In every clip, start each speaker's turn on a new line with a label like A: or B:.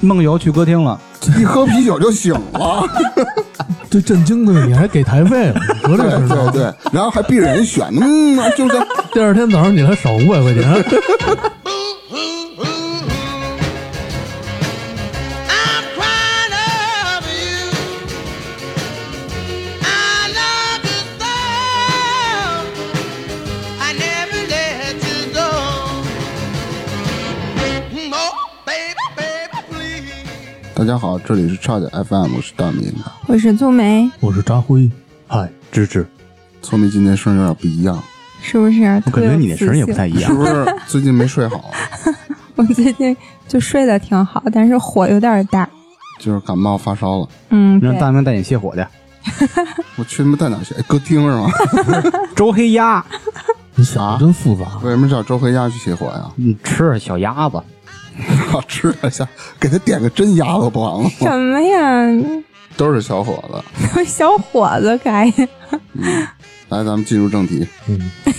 A: 梦游去歌厅了，
B: 一喝啤酒就醒了，
C: 这震惊的你还给台费了，你说
B: 对
C: 这事儿
B: 对对，然后还逼人选，嗯，就是
C: 第二天早上起来少五百块钱，
D: Boo hoo hoo hoo. I'm crying over you. I love you so. I never let you go. Oh, baby, baby, please.
B: 大家好，这里是差点 FM，我是大明。啊
E: 我是粗梅，
C: 我是扎辉，嗨，芝芝，
B: 聪明今天声音有点不一 样，
E: 是不是？
F: 我感觉你那声儿也不太
E: 一
F: 一
B: 是
F: 样。
B: 不是最近没睡好，啊
E: 我最近就睡得挺好，但是火有点大。
B: 就是感冒发烧了？
E: 嗯，
A: 让
E: 对
A: 大明带你泄火去。
B: 我去他妈带哪去？哎歌厅是 吗？
A: 周黑鸭，
C: 你想的真复杂，
B: 为什么叫周黑鸭去起火呀？
A: 你吃着小鸭子，
B: 好 吃点虾，给他点个真鸭子不完了吗？
E: 什么呀？ 你
B: 都是小伙子。
E: 小伙子该
B: 来，咱们进入正题。
C: 嗯，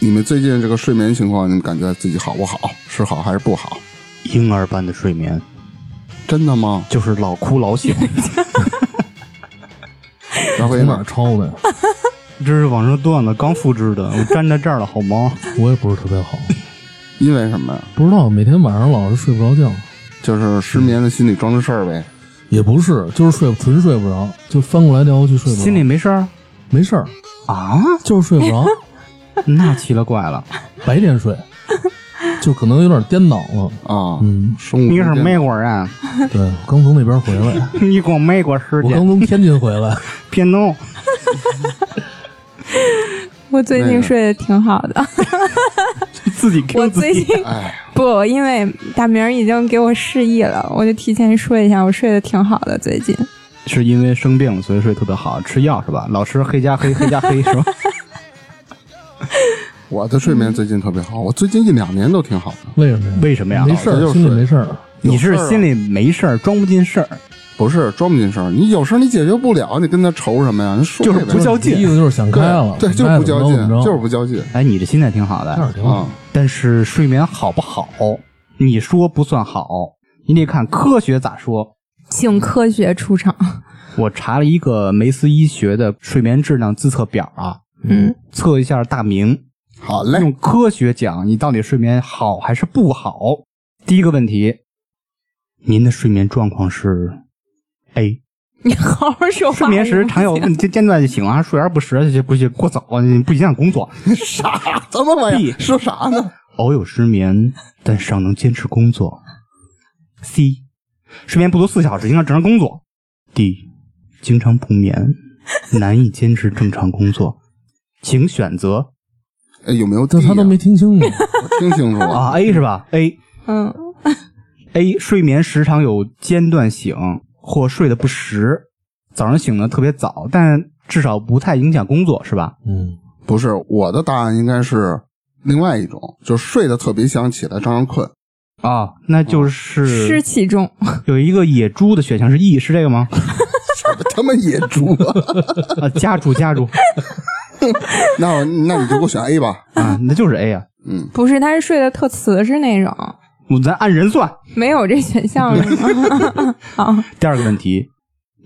B: 你们最近这个睡眠情况，你们感觉自己好不好？是好还是不好？
F: 婴儿般的睡眠
B: 真的吗？
F: 就是老哭老 醒，
B: 然后
C: 从哪儿抄 的呀？
A: 这是网上段子刚复制的，我粘在这儿了，好吗？
C: 我也不是特别好，
B: 因为什么呀？
C: 不知道每天晚上老是睡不着觉，
B: 就是失眠的心理装置事儿呗。
C: 也不是，就是睡纯睡不着，就翻过来调过去睡不着，
A: 心里没事儿
C: 没事儿，
A: 啊？
C: 就是睡 不着，
A: 那奇了怪了，
C: 白天睡，就可能有点颠倒 了。
B: 啊，
C: 嗯，
B: 生物
A: 你
B: 钟
A: 是
B: 颠
A: 美国 人，
C: 对，刚从那边回来，
A: 啊你光美国世
C: 我
A: 界
C: 刚从天津回来，
A: 别弄。
E: 我最
B: 那
E: 近
B: 个
E: 睡得挺好的。
A: 自己
E: 我
A: 给自
E: 最
A: 己
E: 近
F: 哎
E: 不，因为大明儿已经给我示意了，我就提前说一下，我睡得挺好的。最近
A: 是因为生病了，所以睡特别好，吃药是吧？老吃黑加黑，黑加黑是吧？
B: 我的睡眠最近特别好，我最近一两年都挺好的。
C: 为什么呀？
A: 为什么呀？
C: 没事
B: 老子
C: 儿，
B: 就
C: 心里
B: 睡
C: 没事儿，
A: 你是
B: 有事儿啊
A: 心里没事儿，装不进事儿，
B: 不是装不进事儿，你有事儿你解决不了，你跟他愁什么呀？你说
A: 就是
B: 呗
A: 不较劲
C: 意思就是想开了，
B: 对，对就是不较
C: 爱
B: 劲
C: 怎么着，
B: 就是
C: 怎么
B: 不较劲
A: 哎，你这心态挺好
C: 着，这样
A: 的，
C: 挺
B: 啊
C: 好。！
A: 但是睡眠好不好，你说不算好，你得看科学咋说。
E: 请科学出场。
A: 我查了一个梅斯医学的睡眠质量自测表啊，
E: 嗯，
A: 测一下大明，
B: 好嘞，
A: 用科学讲你到底睡眠好还是不好。第一个问题，您的睡眠状况是 A
E: 你好好说话。
A: 睡眠时常有问间间断就醒了，睡而不实，这不行，过早，啊你不影响工作。
B: 啥怎么玩意儿？
A: B
B: 说啥呢？
A: 偶有失眠，但尚能坚持工作。C，睡眠不足四小时，影响正常工作。D，经常不眠， 难以坚持正常工作。请选择
B: 哎有没有地
C: 这
B: 呀？
C: 他都没听清楚，
B: 我听清楚了
A: 啊，A 是吧？A
E: 嗯，
A: A 睡眠时常有间断醒或睡得不实，早上醒的特别早，但至少不太影响工作，是吧？
C: 嗯，
B: 不是，我的答案应该是另外一种，就是睡得特别香，起来照样困。
A: 啊，那就是
E: 湿气重，
A: 有一个野猪的选项是 E，是这个吗？
B: 什么他妈野猪啊！
A: 啊，家猪家猪
B: 那我那你就给我选 A 吧。
A: 啊，那就是 A 啊。
B: 嗯，
E: 不是，他是睡得特瓷实那种，
A: 我咱按人算。
E: 没有这选项是吗？好，
A: 第二个问题，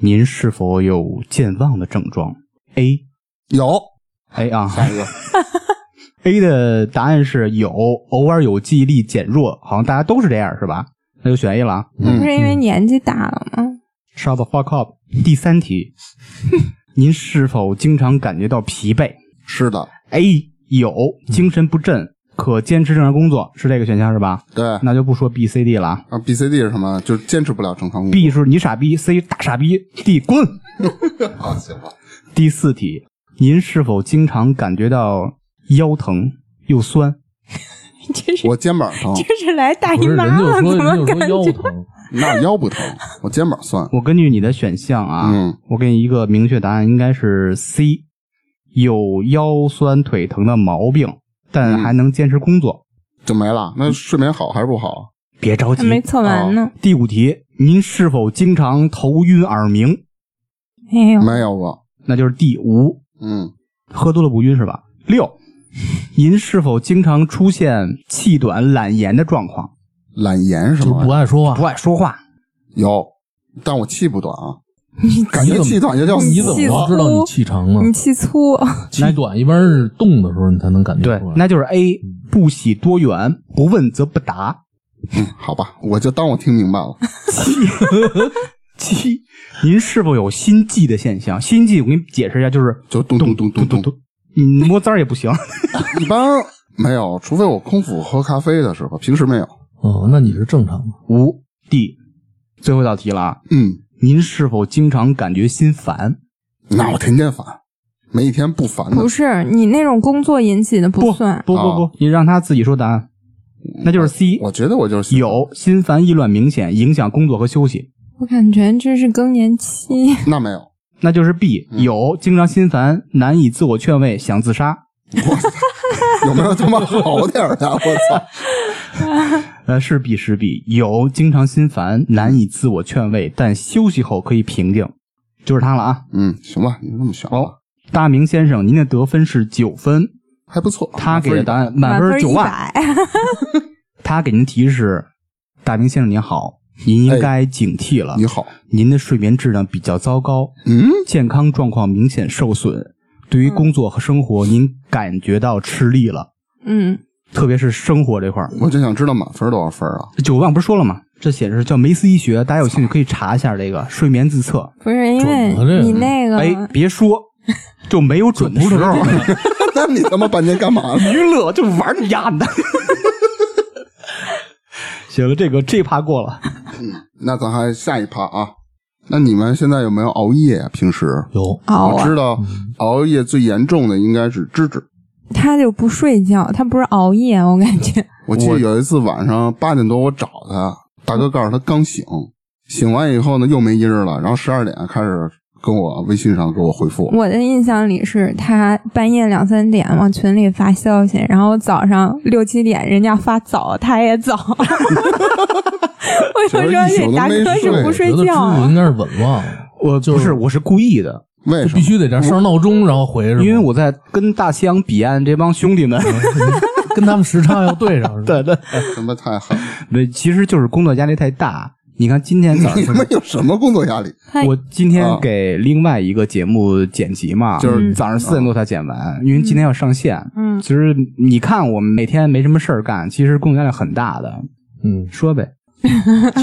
A: 您是否有健忘的症状？A
B: 有
A: A 啊
B: 下一个，
A: ，A 的答案是有，偶尔有记忆力减弱，好像大家都是这样，是吧？那就选 A 了啊。
E: 不
B: 嗯，
E: 是因为年纪大了吗？
A: Shut the fuck up。第三题，您是否经常感觉到疲惫
B: 是的，
A: ？A 有，精神不振，可坚持正常工作，是这个选项是吧？
B: 对。
A: 那就不说 B、C、D 了啊。
B: 啊，B、C、D 是什么？就是坚持不了正常工作。
A: B 是你傻逼，C 大傻逼，D 滚。
B: 好，啊行吧。
A: 第四题，您是否经常感觉到腰疼又酸？
E: 这是
B: 我肩膀疼，
E: 这是来大
C: 不
E: 姨
C: 是人
E: 哎妈
C: 就
E: 了，
C: 说
E: 怎
C: 人
E: 么
C: 就说
E: 感
C: 腰
E: 觉？
C: 疼，
B: 那腰不疼，我肩膀酸。
A: 我根据你的选项啊，
B: 嗯
A: 我给你一个明确答案，应该是 C，有腰酸腿疼的毛病，但还能坚持工作。
B: 就没了。那睡眠好还是不好？
A: 别着
E: 还
A: 急。
E: 没测完
C: 啊
E: 呢。
A: 第五题，您是否经常头晕耳鸣？
E: 没有，
B: 没有过。
A: 那就是 D 五，
B: 嗯，
A: 喝多了不晕是吧？六，您是否经常出现气短懒言的状况？
B: 懒言什
C: 就
B: 么
C: 不
B: 玩意儿？
C: 爱说话
A: 不，爱说话。
B: 有，但我气不短啊，感
C: 你
B: 觉
C: 怎么
B: 气短就叫死
C: 你怎么
E: 气
B: 了
E: 短
C: 知道你气长呢？
E: 你气粗，
C: 气短一般是动的时候你才能感觉
A: 对
C: 出，来。
A: 那就是 A 不喜多言，不问则不答。
B: 嗯好吧，我就当我听明白了。
A: 七，您是否有心悸的现象？心悸，我给你解释一下，就是
B: 就咚咚咚咚
A: 咚
B: 咚
A: 咚，
B: 嗯
A: 你摸字儿也不 行。
B: 一般没有，除非我空腹喝咖啡的时候，平时没有。
C: 哦，那你是正常的。
A: 五 D，最后一道题了啊，
B: 嗯，
A: 您是否经常感觉心烦？
B: 那我天天烦，没一天不烦的
E: 不。是你那种工作引起的不算。
A: 不不不，你让他自己说答案，那就是 C。
B: 哦嗯我觉得我就是
A: 有心烦意乱明显，影响工作和休息，
E: 我感觉这是更年 期，
B: 那没有，
A: 那就是 B。有
B: 嗯
A: 经常心烦，难以自我劝慰，想自杀。
B: 我操，有没有他妈好点儿的？我操，
A: 呃，是 B 是 B。有经常心烦，难以自我劝慰，但休息后可以平静，就是他了啊。
B: 嗯，行吧，你就这么选吧，
A: 哦大明先生，您的得分是九分，
B: 还不错。啊
A: 他给的答案满分
E: 分
A: 是九
E: 一
A: 万。
E: 百。
A: 他给您提示是：大明先生您好，您应该警惕了。
B: 你好，
A: 您的睡眠质量比较糟糕，
B: 嗯，
A: 健康状况明显受损，对于工作和生活您感觉到吃力了，
E: 嗯，
A: 特别是生活这块儿。
B: 我就想知道满分多少分啊？
A: 九万不是说了吗？这写的是叫梅斯医学，大家有兴趣可以查一下这个睡眠自测。
E: 不是因为
C: 准了这个
E: 你那个
A: 哎，别说就没有 准的时候，
B: 那你他妈半天干嘛呢？
A: 娱乐就玩你丫的。 行了，这个这趴过了。
B: 那咱还下一趴啊？那你们现在有没有熬夜啊？平时
C: 有
E: 熬
B: 我
E: 啊，
B: 知道熬夜最严重的应该是芝芝。
E: 他就不睡觉，他不是熬夜，我感觉
B: 我记得有一次晚上八点多，我找他，大哥告诉他刚醒，醒完以后呢又没音儿了，然后十二点开始跟我微信上给我回复，
E: 我的印象里是他半夜两三点往群里发消息，然后早上六七点人家发早，他也早。 我就说这大哥是不睡
C: 觉，我觉得知
E: 觉
C: 识
E: 啊
C: 应，该是紊乱了，
A: 我
C: 就是
A: 不是，我是故意的，
B: 为什么？
C: 必 须得这样上闹钟然后回是吗？
A: 因为我在跟大西洋彼岸这帮兄弟们，
C: 跟他们时差要对上，是 吧
A: 对对，
B: 他妈太狠了！
A: 对，其实就是工作压力太大。你看今天早
B: 你他
A: 上
B: 妈，有什么工作压力？
E: 他
A: 我今天
B: 啊
A: 给另外一个节目剪辑嘛，
B: 就是
A: 早上四点多才剪完，因为今天要上线。
E: 嗯
A: 其实你看我们每天没什么事儿干，其实工作压力很大的。
C: 嗯，
A: 说呗，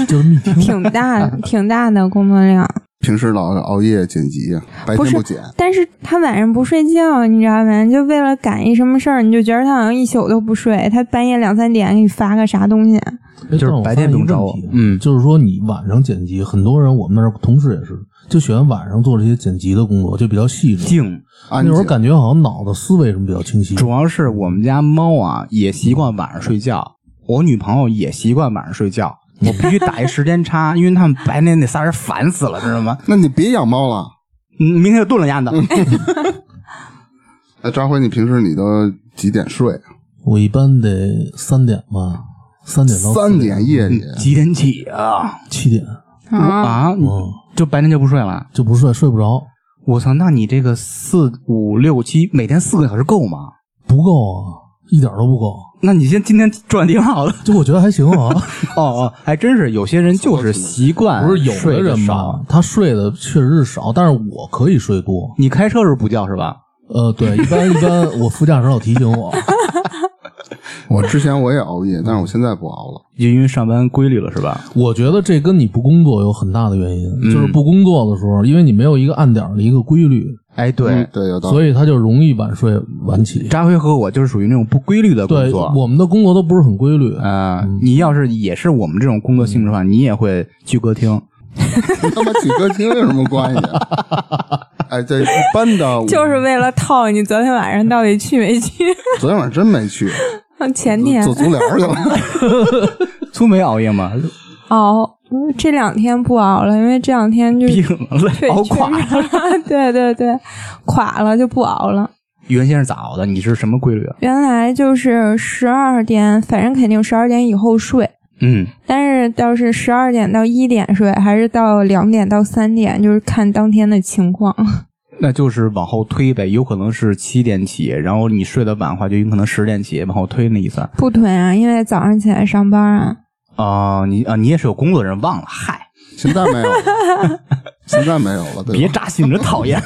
C: 就是密 听。
E: 挺大挺大的工作量，
B: 平时老熬夜剪辑，啊白
E: 不
B: 天
E: 是
B: 不剪，
E: 但是他晚上不睡觉，你知道吗？就为了赶一什么事儿，你就觉得他好像一宿都不睡，他半夜两三点给你发个啥东西，
C: 哎
A: 就是
C: 但我
A: 白天
C: 发现
A: 不用
C: 一个
A: 找
C: 问
A: 我
C: 题
A: 嗯
C: 就是说你晚上剪辑，很多人我们那儿同事也是，就喜欢晚上做这些剪辑的工作，就比较细致。
A: 静。
B: 安
C: 那
B: 静
C: 会儿。感觉好像脑子思维什么比较清晰。
A: 主要是我们家猫啊，也习惯晚上睡觉，我女朋友也习惯晚上睡 觉。我必须打一时间差，因为他们白天那仨人烦死了，知道吗？
B: 那你别养猫了。
A: 嗯，明天就炖了丫的。
B: 那哎张辉，你平时你都几点睡？
C: 我一般得三点吧，三点嗯到四
B: 三点夜里，
A: 几点起啊？
C: 七点，
E: 啊，
A: 啊，你
C: 嗯，
A: 就白天就不睡了？
C: 就不睡，睡不着，
A: 我操，那你这个四五六七每天四个小时够吗？
C: 不够啊，一点都不够。
A: 那你先今天赚挺好 的
C: 就我觉得还行啊，
A: 哦哦，还真是有些人就是习惯
C: 不是有
A: 哎睡
C: 的
A: 得
C: 人吧
A: 少。，
C: 他睡的确实是少，但是我可以睡多。
A: 你开车时候不叫是吧？
C: 呃，对，一般一般，我副驾驶老提醒我，
B: 我之前我也熬夜，但是我现在不熬了。
A: 就因为上班规律了是吧？
C: 我觉得这跟你不工作有很大的原因，就是不工作的时候，因为你没有一个按点儿的一个规律，
A: 哎，对
B: 嗯，对，有道理。
C: 所以他就容易晚睡晚起。
A: 扎辉和我就是属于那种不规律的工
C: 对，
A: 作。
C: 我们嗯的工作都不是很规律，
A: 呃，你要是也是我们这种工作性质的
C: 嗯
A: 话，你也会去歌厅。
B: 他妈几歌厅有什么关系啊？哎，这一般的，
E: 就是为了套你昨天晚上到底去没去。
B: 昨天晚上真没去，
E: 前天
B: 做足疗去了。
A: 粗梅熬夜吗？
E: 熬，嗯这两天不熬了，因为这两天就是
A: 病了，
E: 腿
A: 熬垮。
E: 缺氧 对对对，垮了就不熬了。
A: 原先是咋熬的？你是什么规律啊？
E: 原来就是十二点，反正肯定十二点以后睡，
A: 嗯，
E: 但是倒是十二点到一点睡，还是到两点到三点，就是看当天的情况。
A: 那就是往后推呗，有可能是七点起，然后你睡得晚的话，就有可能十点起，往后推那意思。
E: 不囤啊，因为早上起来上班啊。
A: 哦啊、你啊、你也是有工作的人，忘了，嗨，
B: 现在没有了，现在没有了，对
A: 别
B: 吧？
A: 扎心，真讨厌。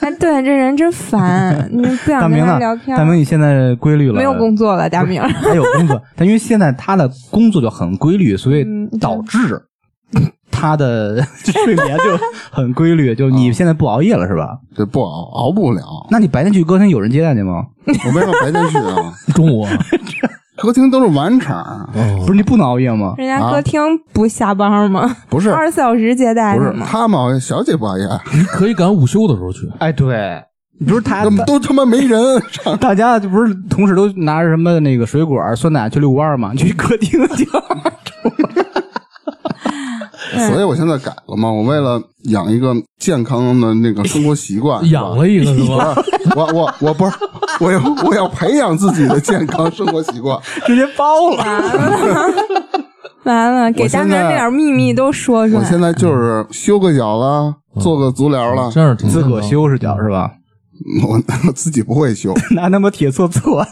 E: 哎，对，这人真烦，你不
A: 大
E: 想跟
A: 明
E: 他
A: 呢
E: 聊？天
A: 大
E: 儿。
A: 明，你现在规律了？
E: 没有工作了，大明儿。
A: 还有工作，但因为现在他的工作就很规律，所以
E: 嗯
A: 导致他的 睡眠就很规律。就你现在不熬夜了是吧？
B: 这不熬熬不了。
A: 那你白天去歌厅有人接待你吗？
B: 我为什么白天去啊？
C: 中午啊，
B: 歌厅都是晚场，啊
C: 哦
A: 不是你不能熬夜吗？
E: 人家歌厅不下班吗？
B: 不是
E: 二十四小时接待
B: 不是
E: 的吗？
B: 他们熬夜，小姐不熬夜，
C: 你可以赶午休的时候去。
A: 哎，对，你不是他
B: 怎么都他妈没人？
A: 大家就不是同事都拿着什么那个水果、酸奶去遛弯儿吗？你去歌厅 去。
B: 所以我现在改了嘛，我为了养一个健康的那个生活习惯，是吧
C: 养了一个 是吧？
B: 我我我不是，我要我要培养自己的健康生活习惯。
A: 直接包了。
E: 完了，完了，给大
B: 现
E: 明儿
B: 在
E: 这点秘密都说出
B: 我
E: 来。
B: 现在就是修个脚啦，做个足疗啦
C: 嗯这，样
E: 嗯
C: 挺
A: 自
C: 健
A: 个
C: 康
A: 修饰脚是吧？
B: 我我自己不会 修，
A: 拿他妈铁锉锉。
E: 我的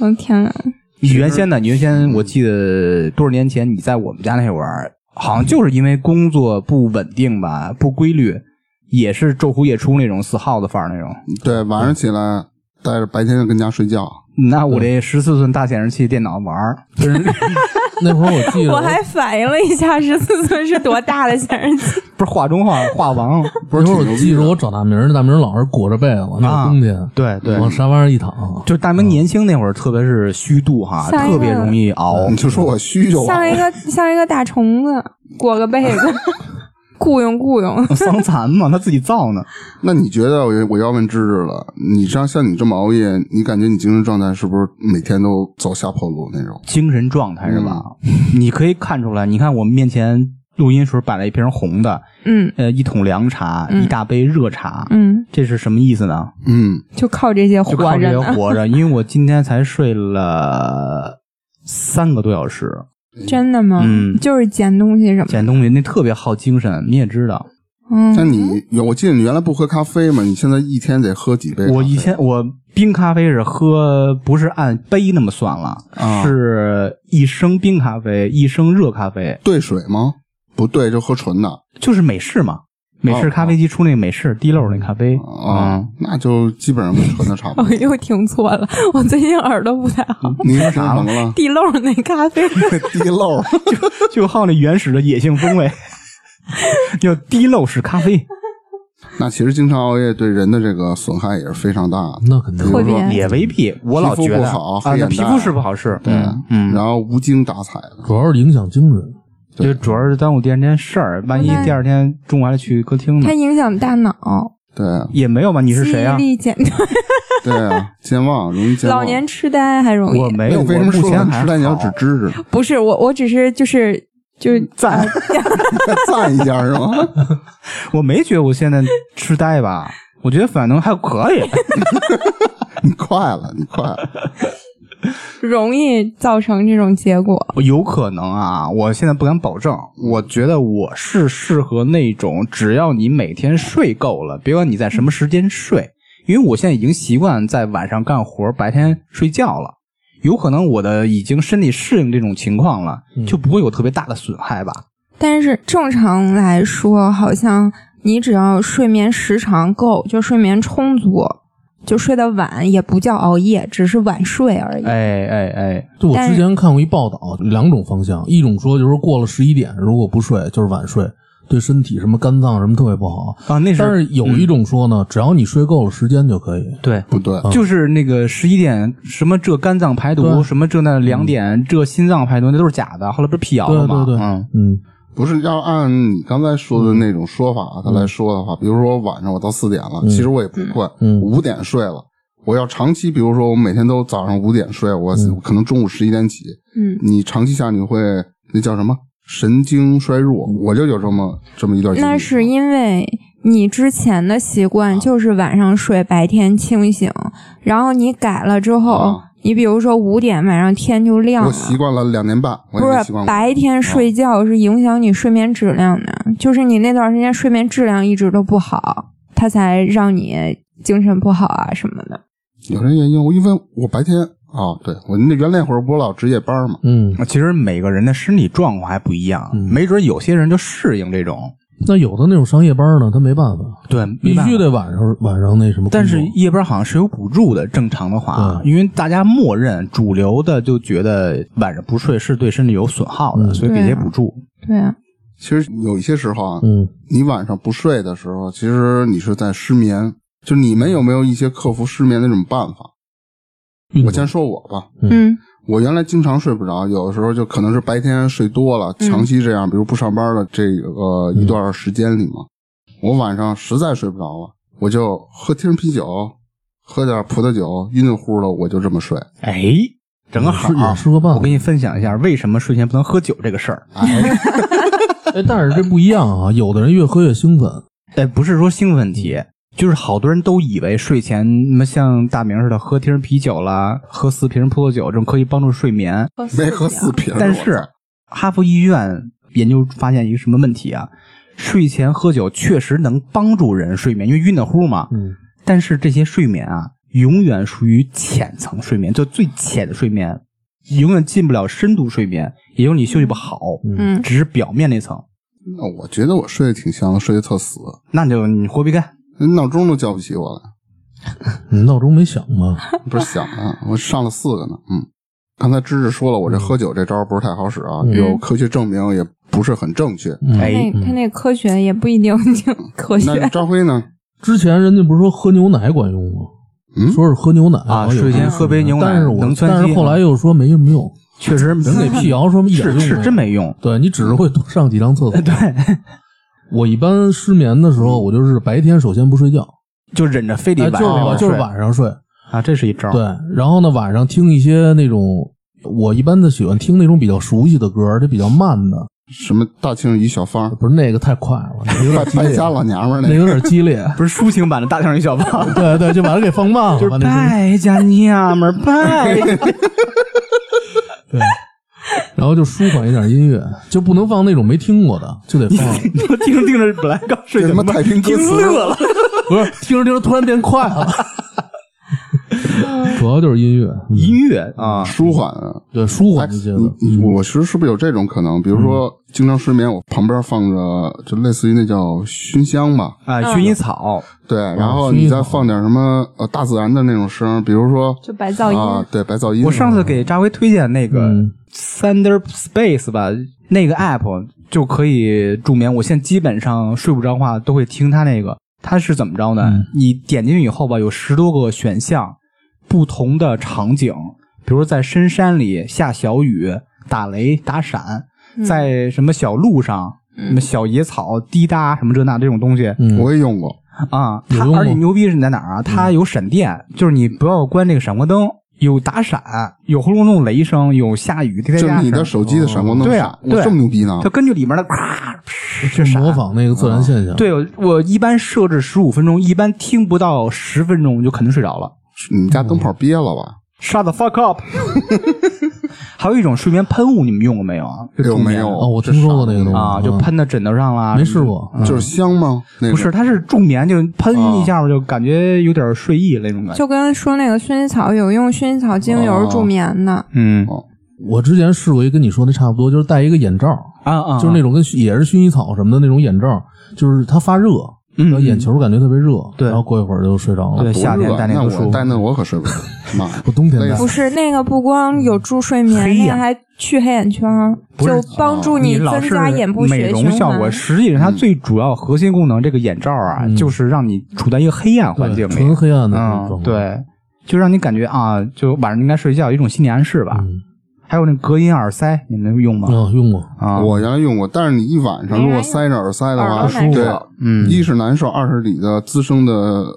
E: 哦天哪！
A: 你原先呢？你原先我记得多少年前你在我们家那会儿，好像就是因为工作不稳定吧，不规律，也是昼伏夜出那种死耗子范儿那种。
B: 对，晚上起来带着白天就跟家睡觉，
A: 那我这十四寸大显示器电脑玩儿，真是
C: 那会儿我记得
E: 我还反应了一下，十四寸是多大的显 示器？
A: 不是画中画画王。
B: 不
C: 那
B: 是挺
C: 会儿
B: 牛
C: 我
B: 逼
C: 记
B: 的
C: 着我找大明儿，大明儿老是裹着被子，那
A: 啊
C: 会儿冬天
A: 对对
C: 往沙发上一躺，
A: 就是大明年轻那会儿，特别是虚度哈，
E: 下一个
A: 特别容易
C: 哦
A: 熬。
B: 你就说我虚
A: 啊
B: 就完
E: 像一
B: 了。
E: 个像一个大虫子，裹个被子， 雇佣雇佣。
A: 桑蚕嘛，他自己造 呢。
B: 那你觉得我我要问芝芝了，你像像你这么熬夜，你感觉你精神状态是不是每天都走下坡路那种？
A: 精神状态是吧？ 你可以看出来，你看我们面前录音时候摆了一瓶红的，
E: 嗯
A: 呃，一桶凉茶，
E: 嗯
A: 一大杯热茶，
E: 嗯，
A: 这是什么意思呢？
B: 嗯，
E: 就靠这些
A: 就靠
E: 活
A: 这
E: 着
A: 些
E: 呢，
A: 活 着，因为我今天才睡了三个多小时，
E: 真的吗？
A: 嗯
E: 就是捡东西什么。
A: 捡东西那特别耗精神，你也知道，
B: 那
E: 嗯，
B: 你有我记得你原来不喝咖啡嘛？你现在一天得喝几杯咖啡？
A: 我以前我冰咖啡是喝不是按杯那么算了，
B: 啊
A: 是一升冰咖啡，一升热咖啡，
B: 兑水吗？不对，就喝纯的
A: 就是美式嘛。美式
B: 哦
A: 咖啡机出那美式滴漏那咖啡
B: 啊，
A: 嗯，
B: 那就基本上跟纯的差不
E: 我
B: 多。
E: 哦又听错了， 我最近耳朵不太
A: 嗯
E: 好。
B: 你是什么了？
E: 地漏那咖啡，
B: 滴漏。
A: 就好那原始的野性风 味，叫滴漏式咖啡，
B: 那其实经常熬夜对人的这个损害也是非常大
A: 嗯
B: 的。
C: 那肯定
B: 比
E: 特
B: 如
E: 别
B: 说，
A: 也未必。我老觉
B: 皮肤
A: 得
B: 不好
A: 啊，那
B: 黑眼
A: 皮
B: 袋
A: 肤是不好是，
B: 对
A: 嗯，嗯，
B: 然后无精打采的，
C: 主要是影响精神。
A: 就主要是耽误第二天事儿，万一
E: 那
A: 第二天中午还得去歌厅呢
E: 它，影响大脑，
B: 对
A: 也没有吧？你是谁啊
E: 记？忆力减退，
B: 对啊，健忘容易健忘。
E: 老年痴呆还容易。
A: 我没
B: 哎
A: 有，
B: 为
A: 我
B: 什么
A: 目
B: 说
A: 前还
B: 老年痴呆你要指
A: 好
B: 知识
E: 不是我，我只是就是就是
A: 赞，
B: 赞一下是吗？
A: 我没觉得我现在痴呆吧，我觉得反正还可以。
B: 你快了，你快了，
E: 容易造成这种结果。
A: 我有可能啊，我现在不敢保证。我觉得我是适合那种，只要你每天睡够了，别管你在什么时间睡，因为我现在已经习惯在晚上干活，白天睡觉了。有可能我的已经身体适应这种情况了，
C: 嗯
A: 就不会有特别大的损害吧？
E: 但是正常来说，好像你只要睡眠时长够，就睡眠充足，就睡得晚，也不叫熬夜，只是晚睡而已。
A: 哎哎哎，
C: 就我
E: 但是
C: 之前看过一报道，两种方向，一种说就是过了十一点，如果不睡就是晚睡，对身体什么肝脏什么特别不好。
A: 啊，那
C: 但是有一种说呢，只要你睡够了时间就可以。
A: 对，
B: 不对，
A: 就是那个十一点什么这肝脏排毒，
C: 对嗯
A: 什么这那两点这心脏排毒，那都是假的。后来不是辟谣了吗？
C: 对对对
A: 嗯，
C: 嗯，
B: 不是要按你刚才说的那种说法他来说的话，比如说晚上我到四点了，其实我也不困，
C: 嗯
B: 五点睡了。我要长期，比如说我每天都早上五点睡，我
C: 嗯
B: 可能中午十一点起，
E: 嗯，
B: 你长期下你会那叫什么神经衰弱？
C: 嗯
B: 我就有这么这么一段经历。
E: 那是因为你之前的习
B: 啊
E: 惯就是晚上睡，白天清醒，然后你改了之后，
B: 啊
E: 你比如说五点晚上天就亮
B: 我
E: 了。
B: 习惯了两年半，我
E: 不
B: 也没习
E: 是
B: 惯过。
E: 白天睡
A: 嗯
E: 觉是影响你睡眠质量的，就是你那段时间睡眠质量一直都不好，它才让你精神不好啊什么的。
B: 有这原因，我因为我白天啊，对我那原来那会儿不老值夜班嘛，
C: 嗯，
A: 其实每个人的身体状况还不一样，
C: 嗯
A: 没准有些人就适应这种，
C: 那有的那种商业班呢，他没办法，
A: 对，
C: 必
A: 没办法
C: 须。得晚上晚上那什么工作。嗯
A: 但是夜班好像是有补助的，正常的话，啊因为大家默认主流的就觉得晚上不睡是对身体有损耗的，
C: 嗯
A: 所以给
E: 对啊
A: 些补助。
E: 对啊，
B: 其实有一些时候啊，
C: 嗯，
B: 你晚上不睡的时候，其实你是在失眠。就你们有没有一些克服失眠的那种办法？
C: 运
B: 我
C: 动
B: 先说我吧，
E: 嗯
B: 我原来经常睡不着，有的时候就可能是白天睡多了，
E: 嗯
B: 长期这样，比如不上班的这个、
A: 嗯
B: 呃一段时间里嘛，我晚上实在睡不着了，我就喝听啤酒，喝点葡萄酒，晕乎了我就这么睡。
A: 哎，正好啊
C: 是，嗯也是个办
A: 我
C: 法
A: 给。你分享一下为什么睡前不能喝酒这个事儿。
B: 哎，
C: 哎，但是这不一样啊，有的人越喝越兴奋，
A: 哎，不是说兴奋问
C: 嗯
A: 题，就是好多人都以为睡前什么像大明似的喝瓶啤酒啦，喝四瓶葡萄酒这种可以帮助睡眠，
B: 没喝四瓶，
A: 但
B: 我
A: 是
B: 操
A: 哈佛医院研究发现一个什么问题啊？睡前喝酒确实能帮助人睡眠，因为晕得乎嘛。
C: 嗯，
A: 但是这些睡眠啊，永远属于浅层睡眠，就最浅的睡眠，永远进不了深度睡眠，也就是你休息不好，
E: 嗯，
A: 只是表面那层。
B: 那我觉得我睡得挺香的，睡得特死，
A: 那就你活别 干，
B: 那闹钟都叫不起我来，
C: 你嗯闹钟没响吗？
B: 不是响啊，我上了四个呢。嗯，刚才芝芝说了，我这喝酒这招不是太好使啊，
C: 嗯
B: 有科学证明也不是很正确。
C: 嗯
A: 哎
E: 那他那科学也不一定就科
B: 那
E: 学，
B: 张辉呢？
C: 之前人家不是说喝牛奶管用吗？
B: 嗯
C: 说是喝牛奶
A: 啊
C: 好像有
A: 睡前
C: 用
A: 喝杯牛奶
C: 但是我
A: 能窜稀
C: 但是后来又说没什么用，
A: 确实人
C: 人给辟谣说一点
A: 是
C: 用啊
A: 是真没用。
C: 对你只是会多上几趟厕所。
A: 对，
C: 我一般失眠的时候，我就是白天首先不睡觉，
A: 就忍着非得
C: 哎
A: 晚
C: 就
A: 上
C: 是
A: 睡、
C: 我就是晚上睡，
A: 啊，这是一招。
C: 对，然后呢晚上听一些那种我一般的喜欢听那种比较熟悉的歌，而且比较慢的，
B: 什么大庆与小芳，
C: 不是那个太快了，那有
B: 败
C: 点激
B: 败
C: 烈，
B: 家老娘们儿那
C: 那
B: 个。
C: 有点激 烈。
A: 不是抒情版的大象与 小胖，
C: 对对，就把它给放慢了，把那声音
A: 败家娘们儿败家。
C: 然后就舒缓一点音乐，就不能放那种没听过的，就得放。
A: 你说 听着听着，本来刚睡
B: 这他
A: 醒，
B: 妈太平歌
A: 听
B: 词，
A: 乐了。
C: 不是听着听着突然变快了，主要就是音乐，
A: 音乐啊，
B: 舒缓啊。
C: 对舒缓一些的。
B: 你
A: 嗯
B: 你我是是不是有这种可能？比如说经常失眠，我旁边放着就类似于那叫熏香吧，
A: 啊，薰衣草，
B: 对，然后
C: 薰衣
B: 你再
C: 草
B: 放点什么呃大自然的那种声，比如说
E: 就白噪
B: 啊
E: 音。，
B: 对白噪音。
A: 我上次给扎辉推荐那个
C: 嗯
A: Thunder Space 吧，那个 app 就可以助眠。我现在基本上睡不着的话，都会听它那个。它是怎么着呢？
B: 嗯
A: 你点进去以后吧，有十多个选项，不同的场景，比如在深山里下小雨、打雷、打闪，在什么小路上、什么小野草滴答什么这那这种东西，
C: 嗯，
B: 我也用过，
A: 啊，
C: 有
A: 它
C: 用
A: 而且
C: 吗
A: 牛逼是你在哪儿啊？它有闪电，就是你不要关这个闪光灯，有打闪，有轰隆隆雷声，有下雨滴答
B: 就
A: 滴答
B: 是
A: 声，
B: 你的手机的闪光
A: 嗯
B: 灯
A: 对
B: 闪
A: 啊，
B: 我
A: 对啊
B: 这么牛逼呢
A: 它？根据里面的咵去
C: 就
A: 闪。
C: 嗯模仿那个自然现象。，
A: 嗯对，我我一般设置十五分钟，一般听不到十分钟我就肯定睡着了。
B: 你们家灯泡憋了吧？
A: Shut the fuck up！还有一种睡眠喷雾，你们用过没有啊？就
B: 有
A: 助眠
B: 哎没有？
C: 哦，我
B: 这
C: 听说过
B: 啥
C: 那个东西
A: 啊？就喷到枕头上啦，
C: 没试过，
B: 嗯就是香吗？那个
A: 不是，它是助眠，就喷一下就感觉有点睡意那种感觉。
E: 就跟说那个薰衣草有用，薰衣草精油是助眠的，
A: 嗯
C: 我之前试过一跟你说的差不多，就是戴一个眼罩，
A: 啊啊，
C: 就是那种跟也是薰衣草什么的那种眼罩，就是它发热，然后眼球感觉特别热，
A: 嗯对
C: 然后过一会儿就睡着了
A: 对。夏天戴那
B: 啊那
A: 个
B: 我
A: 舒服
B: 戴那我可睡不着，妈呀！
C: 我冬天
B: 累
C: 戴
B: 死
E: 不是那个不光有助睡眠，
A: 黑眼
E: 那个还去黑眼圈儿，
A: 不是
E: 就帮助
A: 你老
E: 增
A: 是
E: 加眼部
A: 美
E: 血
A: 容
E: 循
A: 效果，
E: 环。
A: 实际上它最主要核心功能，这个眼罩啊，
C: 嗯
A: 就是让你处在一个黑暗环境
C: 对
A: 里，
C: 纯黑暗的那
A: 嗯
C: 种，，
A: 对，就让你感觉啊，就晚上应该睡觉，有一种心理暗示吧。
C: 嗯
A: 还有那隔音耳塞，你们用吗？
C: 啊，用过，
A: 啊，
B: 我原来用过，但是你一晚上如果塞着耳塞的话，
E: 耳朵难
B: 对
E: 受，
A: 嗯
B: 一是难受，二是里的滋生的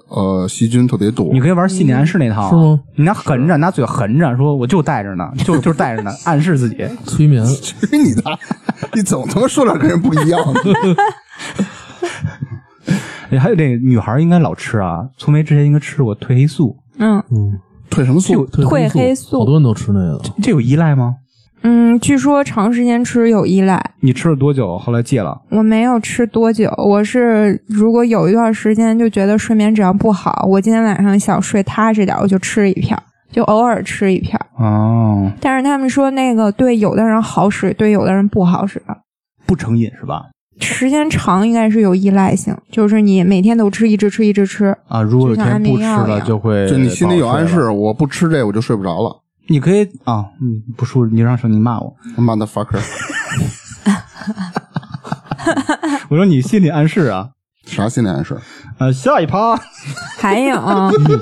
B: 呃细菌特别多。
A: 你可以玩心理暗示那套啊，
C: 是吗
A: 你拿横着，拿嘴横着，说我就戴着呢， 就就是戴着呢，暗示自己。
C: 催眠。
B: 去 你的！你总他妈说点跟人不一样的。
A: 哎还有这女孩应该老吃啊，粗梅之前应该吃过褪黑素，
E: 嗯
C: 嗯，
B: 褪什么素？
C: 褪
E: 褪黑素
C: 素，好多人都吃那个。
A: 这有依赖吗？
E: 嗯，据说长时间吃有依赖。
A: 你吃了多久？后来戒了。
E: 我没有吃多久，我是如果有一段时间就觉得睡眠质量不好，我今天晚上想睡踏实点，我就吃一片儿，就偶尔吃一片儿。
A: 哦，
E: 但是他们说那个对有的人好使，对有的人不好使，
A: 不成瘾是吧？
E: 时间长应该是有依赖性，就是你每天都吃，一直吃，一直吃。
A: 啊，如果有一
E: 就像
A: 天
E: 安
A: 不
E: 眠
A: 吃
E: 药一
A: 了，
E: 样
A: 就会
B: 就你心里有暗
A: 不好睡
B: 示，
A: 了。
B: 我不吃这我就睡不着了。
A: 你可以啊，嗯，不舒服，你让手机骂我。
B: 妈的 fucker，
A: 我说你心理暗示啊，
B: 啥心理暗示？
A: 呃，下一趴
E: 还 有，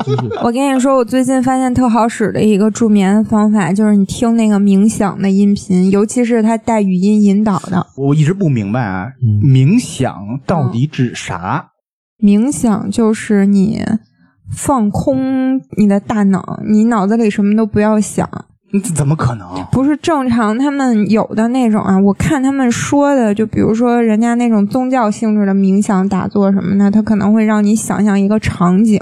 C: 继续
E: 我跟你说，我最近发现特好使的一个助眠的方法，就是你听那个冥想的音频，尤其是它带语音引导的。
A: 我一直不明白啊，
C: 嗯
A: 冥想到
E: 嗯
A: 底指啥？
E: 冥想就是你放空你的大脑，你脑子里什么都不要想，
A: 嗯这怎么可能？
E: 不是正常他们有的那种啊。我看他们说的，就比如说人家那种宗教性质的冥想、打坐什么的，它可能会让你想象一个场景。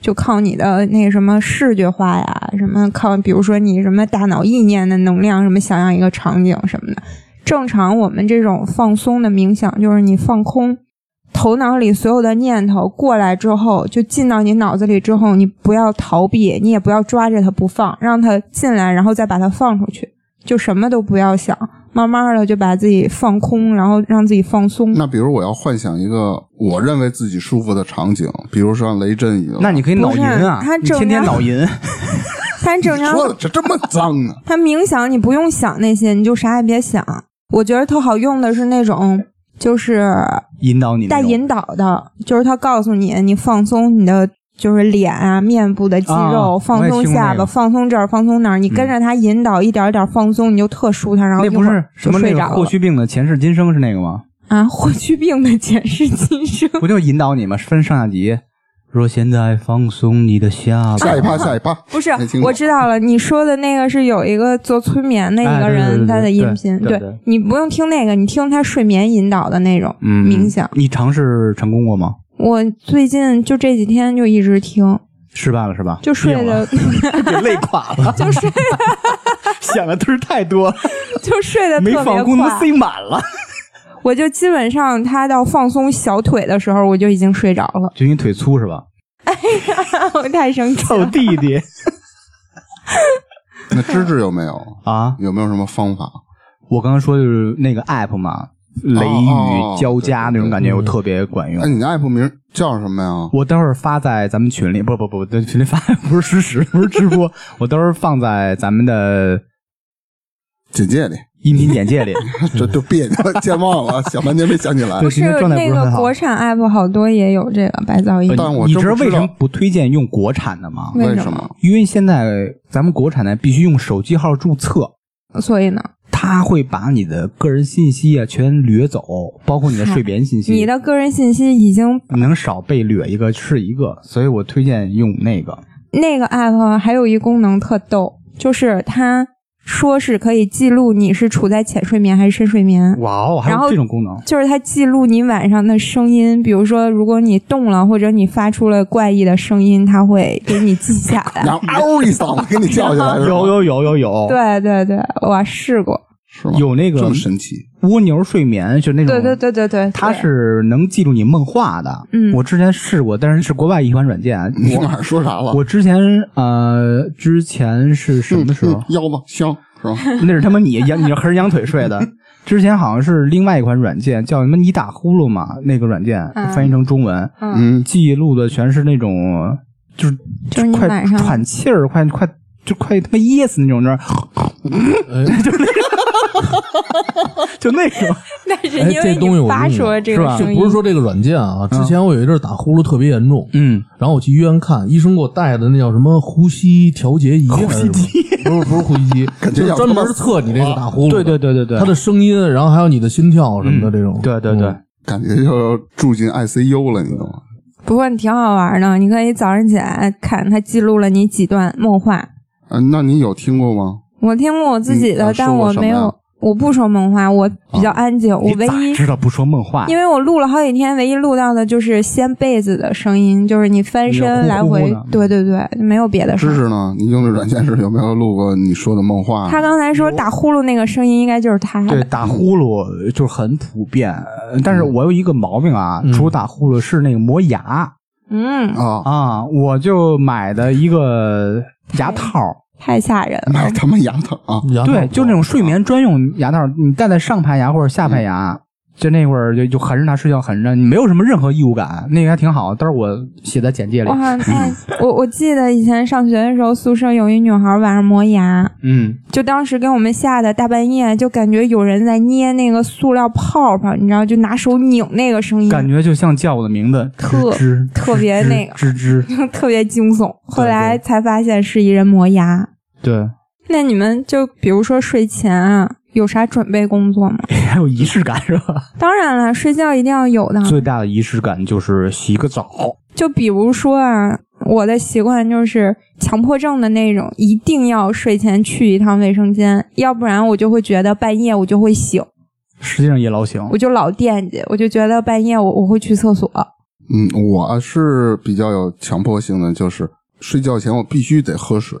E: 就靠你的那什么视觉化呀，什么靠，比如说你什么大脑意念的能量，什么想象一个场景什么的。正常我们这种放松的冥想，就是你放空，头脑里所有的念头过来之后，就进到你脑子里之后，你不要逃避，你也不要抓着它不放，让它进来，然后再把它放出去，就什么都不要想，慢慢的就把自己放空，然后让自己 放松。
B: 那比如我要幻想一个我认为自己舒服的场景，比如说像雷震一样。
A: 那你可以脑淫啊
E: 不是，它
A: 你天
E: 正
A: 天
E: 常
A: 脑淫，
E: 但正常
B: 说的这这么脏啊呢？
E: 他冥想，你不用想那些，你就啥也别想。我觉得特好用的是那种，就是
A: 引导你那
E: 带
A: 种
E: 引导的，就是他告诉你，你放松你的就是脸啊、面部的肌
A: 啊
E: 肉，放
A: 我
E: 松
A: 也听过
E: 下
A: 那个
E: 巴，放松这儿，放松那儿，你跟着他引导，一点一点放松，你就特舒坦，然后
A: 那
E: 一
A: 不
E: 会儿
A: 是
E: 就
A: 什么那
E: 睡
A: 个
E: 着
A: 霍
E: 了
A: 去病的前世今生是那个吗？
E: 啊，霍去病的前世今生。
A: 不就是引导你吗？分上下集。若现在放松你的下巴，
E: 啊
B: 下一趴，下一趴。
E: 不是
B: 没听，过
E: 我知道了。你说的那个是有一个做催眠的一
A: 哎
E: 个
A: 对对对
E: 人，他的
A: 对
E: 音
A: 对
E: 频，
A: 对对
E: 你不用听那个，你听他睡眠引导的那种
A: 嗯
E: 冥想。
A: 你尝试成功过吗？
E: 我最近就这几天就一直听，
A: 失败了是吧？
E: 就睡
A: 病了
E: 得
A: 给累垮了，
E: 就睡
A: 想的忒太多了，
E: 就睡得
A: 没
E: 特别
A: 放空都
E: 快。
A: 塞满了，
E: 我就基本上他到放松小腿的时候，我就已经睡着了，
A: 就因为腿粗是吧？
E: 我哦太生气
A: 臭
E: 了。
A: 哦弟弟
B: 那芝芝有没有？
A: 啊！
B: 有没有什么方法？
A: 我刚刚说就是那个 app 嘛，雷
B: 哦
A: 雨交加
B: 对对
A: 那
B: 对
A: 种感觉，我特别管用
B: 哎，。你的 app 名叫什么呀？
A: 我待会儿发在咱们群里，不不不，对群里发不是实时，不是直播，我待会儿放在咱们的
B: 简介里，
A: 音频简 介里。
B: 这就别扭了，健忘了，想半天没想起来
A: 对。
E: 是
A: 今天状态
E: 那
A: 不是
E: 个
A: 很好哦
E: 国产 app 好多也有这个白噪音，
B: 但我
A: 你
B: 真
A: 知道
B: 不知
A: 为什么
B: 道
A: 不推荐用国产的吗？
E: 为
B: 什
E: 什
B: 么
E: 么？
A: 因为现在咱们国产的必须用手机号注册，
E: 所以呢，
A: 它会把你的个人信息啊全掠走，包括你的睡眠信息。
E: 你的个人信息已经
A: 能少被掠一个是一个，所以我推荐用那个。
E: 那个 app 还有一功能特逗，就是它说是可以记录你是处在浅睡眠还是深睡眠。
A: 哇哦，还
E: 然后
A: 有这种功能，
E: 就是它记录你晚上的声音，比如说，如果你动了或者你发出了怪异的声音，它会给你记下 来。
B: 然后嗷一嗓子给你叫起来，是吧
A: 有有有有有，
E: 对对对，我试过。
B: 是吗？
A: 有那
B: 这
A: 个
B: 么神奇？
A: 蜗牛睡眠，就那种
E: 对对对对对，
A: 它
E: 对
A: 是能记录你梦话的。
E: 嗯
A: 我之前试过，但是是国外一款软件。啊
B: 你往哪儿说啥了？嗯
A: 我之前呃，之前是什么时候？
B: 嗯腰子香是吧？
A: 那是他妈你仰，你是横着仰腿睡的。之前好像是另外一款软件，叫什么“你打呼噜”嘛，那个软件
E: 嗯
A: 翻译成中文，
E: 嗯，
B: 嗯，
A: 记录的全是那种就是
E: 就是你
A: 快
E: 晚上
A: 喘气儿，快快就快他妈噎死那种，那
C: 哎，
A: 就那 种。
E: 但是
C: 哎
E: 因
C: 这
E: 为
C: 东西我
E: 你发
C: 用
E: 出
C: 过
E: 了这
A: 是吧
E: 个
C: 就
E: 声音，
C: 不是哎说这个软件啊，之前我有一阵儿打呼噜特别严重，
A: 嗯，
C: 然后我去医院看，医生给我带的那叫什么呼吸调节仪，呼吸机，不是不是呼吸机，
B: 感觉
C: 就是
B: 要啊
C: 专
B: 他
C: 门
B: 妈
C: 测你这个打呼噜，
A: 啊对对，对对对，
C: 它的声音，然后还有你的心跳什么的
A: 嗯
C: 这种，
A: 对对对，
B: 感觉要住进 ICU 了，你懂吗？
E: 不过你挺好玩的，你可以早上起来看它记录了你几段梦话。
B: 嗯，那你有听过吗？
E: 我听过我自己
B: 嗯
E: 的，
B: 啊
E: 但
B: 说过
E: 我
B: 什么
E: 没有
B: 呀，
E: 我不说梦话，我比较安静。我
A: 你
E: 唯
A: 咋
E: 一
A: 知道不说梦话，
E: 因为我录了好几天，唯一录到的就是掀被子的声音，就是你翻
A: 你有呼
E: 身来
A: 呼
E: 回
A: 呢，
E: 对对对，没有别的声
B: 知
E: 音。
B: 识啊呢？你用的软件是有没有录过你说的梦话？
E: 他刚才说打呼噜那个声音，应该就是他
A: 对
E: 的。
A: 打呼噜就是很普遍，呃但是我有一个毛病啊，
C: 嗯
A: 除了打呼噜是那个磨牙
E: 嗯，
B: 啊，
A: 啊，我就买的一个牙套儿，
E: 太吓人 了
B: 买。他妈牙套啊！
C: 牙套
A: 对，就那种睡眠专用牙套儿，你戴在上排牙或者下排牙，就那会儿就就含着它睡觉，含着你没有什么任何异物感，那个还挺好。待会儿我写在简介里。
E: 哇，那我我记得以前上学的时候，宿舍有一女孩晚上磨牙，
A: 嗯，
E: 就当时给我们吓得大半夜，就感觉有人在捏那个塑料泡泡，你知道，就拿手拧那个声音，
A: 感觉就像叫我的名字，
E: 特
A: 吱吱
E: 特别那个
A: 吱吱吱。
E: 特别惊悚。后来才发现是一人磨牙。
A: 对，
E: 那你们就比如说睡前啊，有啥准备工作吗？
A: 还有仪式感是吧？
E: 当然了，睡觉一定要有的。
A: 最大的仪式感就是洗个澡。
E: 就比如说啊，我的习惯就是强迫症的那种，一定要睡前去一趟卫生间，要不然我就会觉得半夜我就会醒，
A: 实际上也老醒，
E: 我就老惦记，我就觉得半夜我我会去厕所。
B: 嗯，我是比较有强迫性的，就是睡觉前我必须得喝水，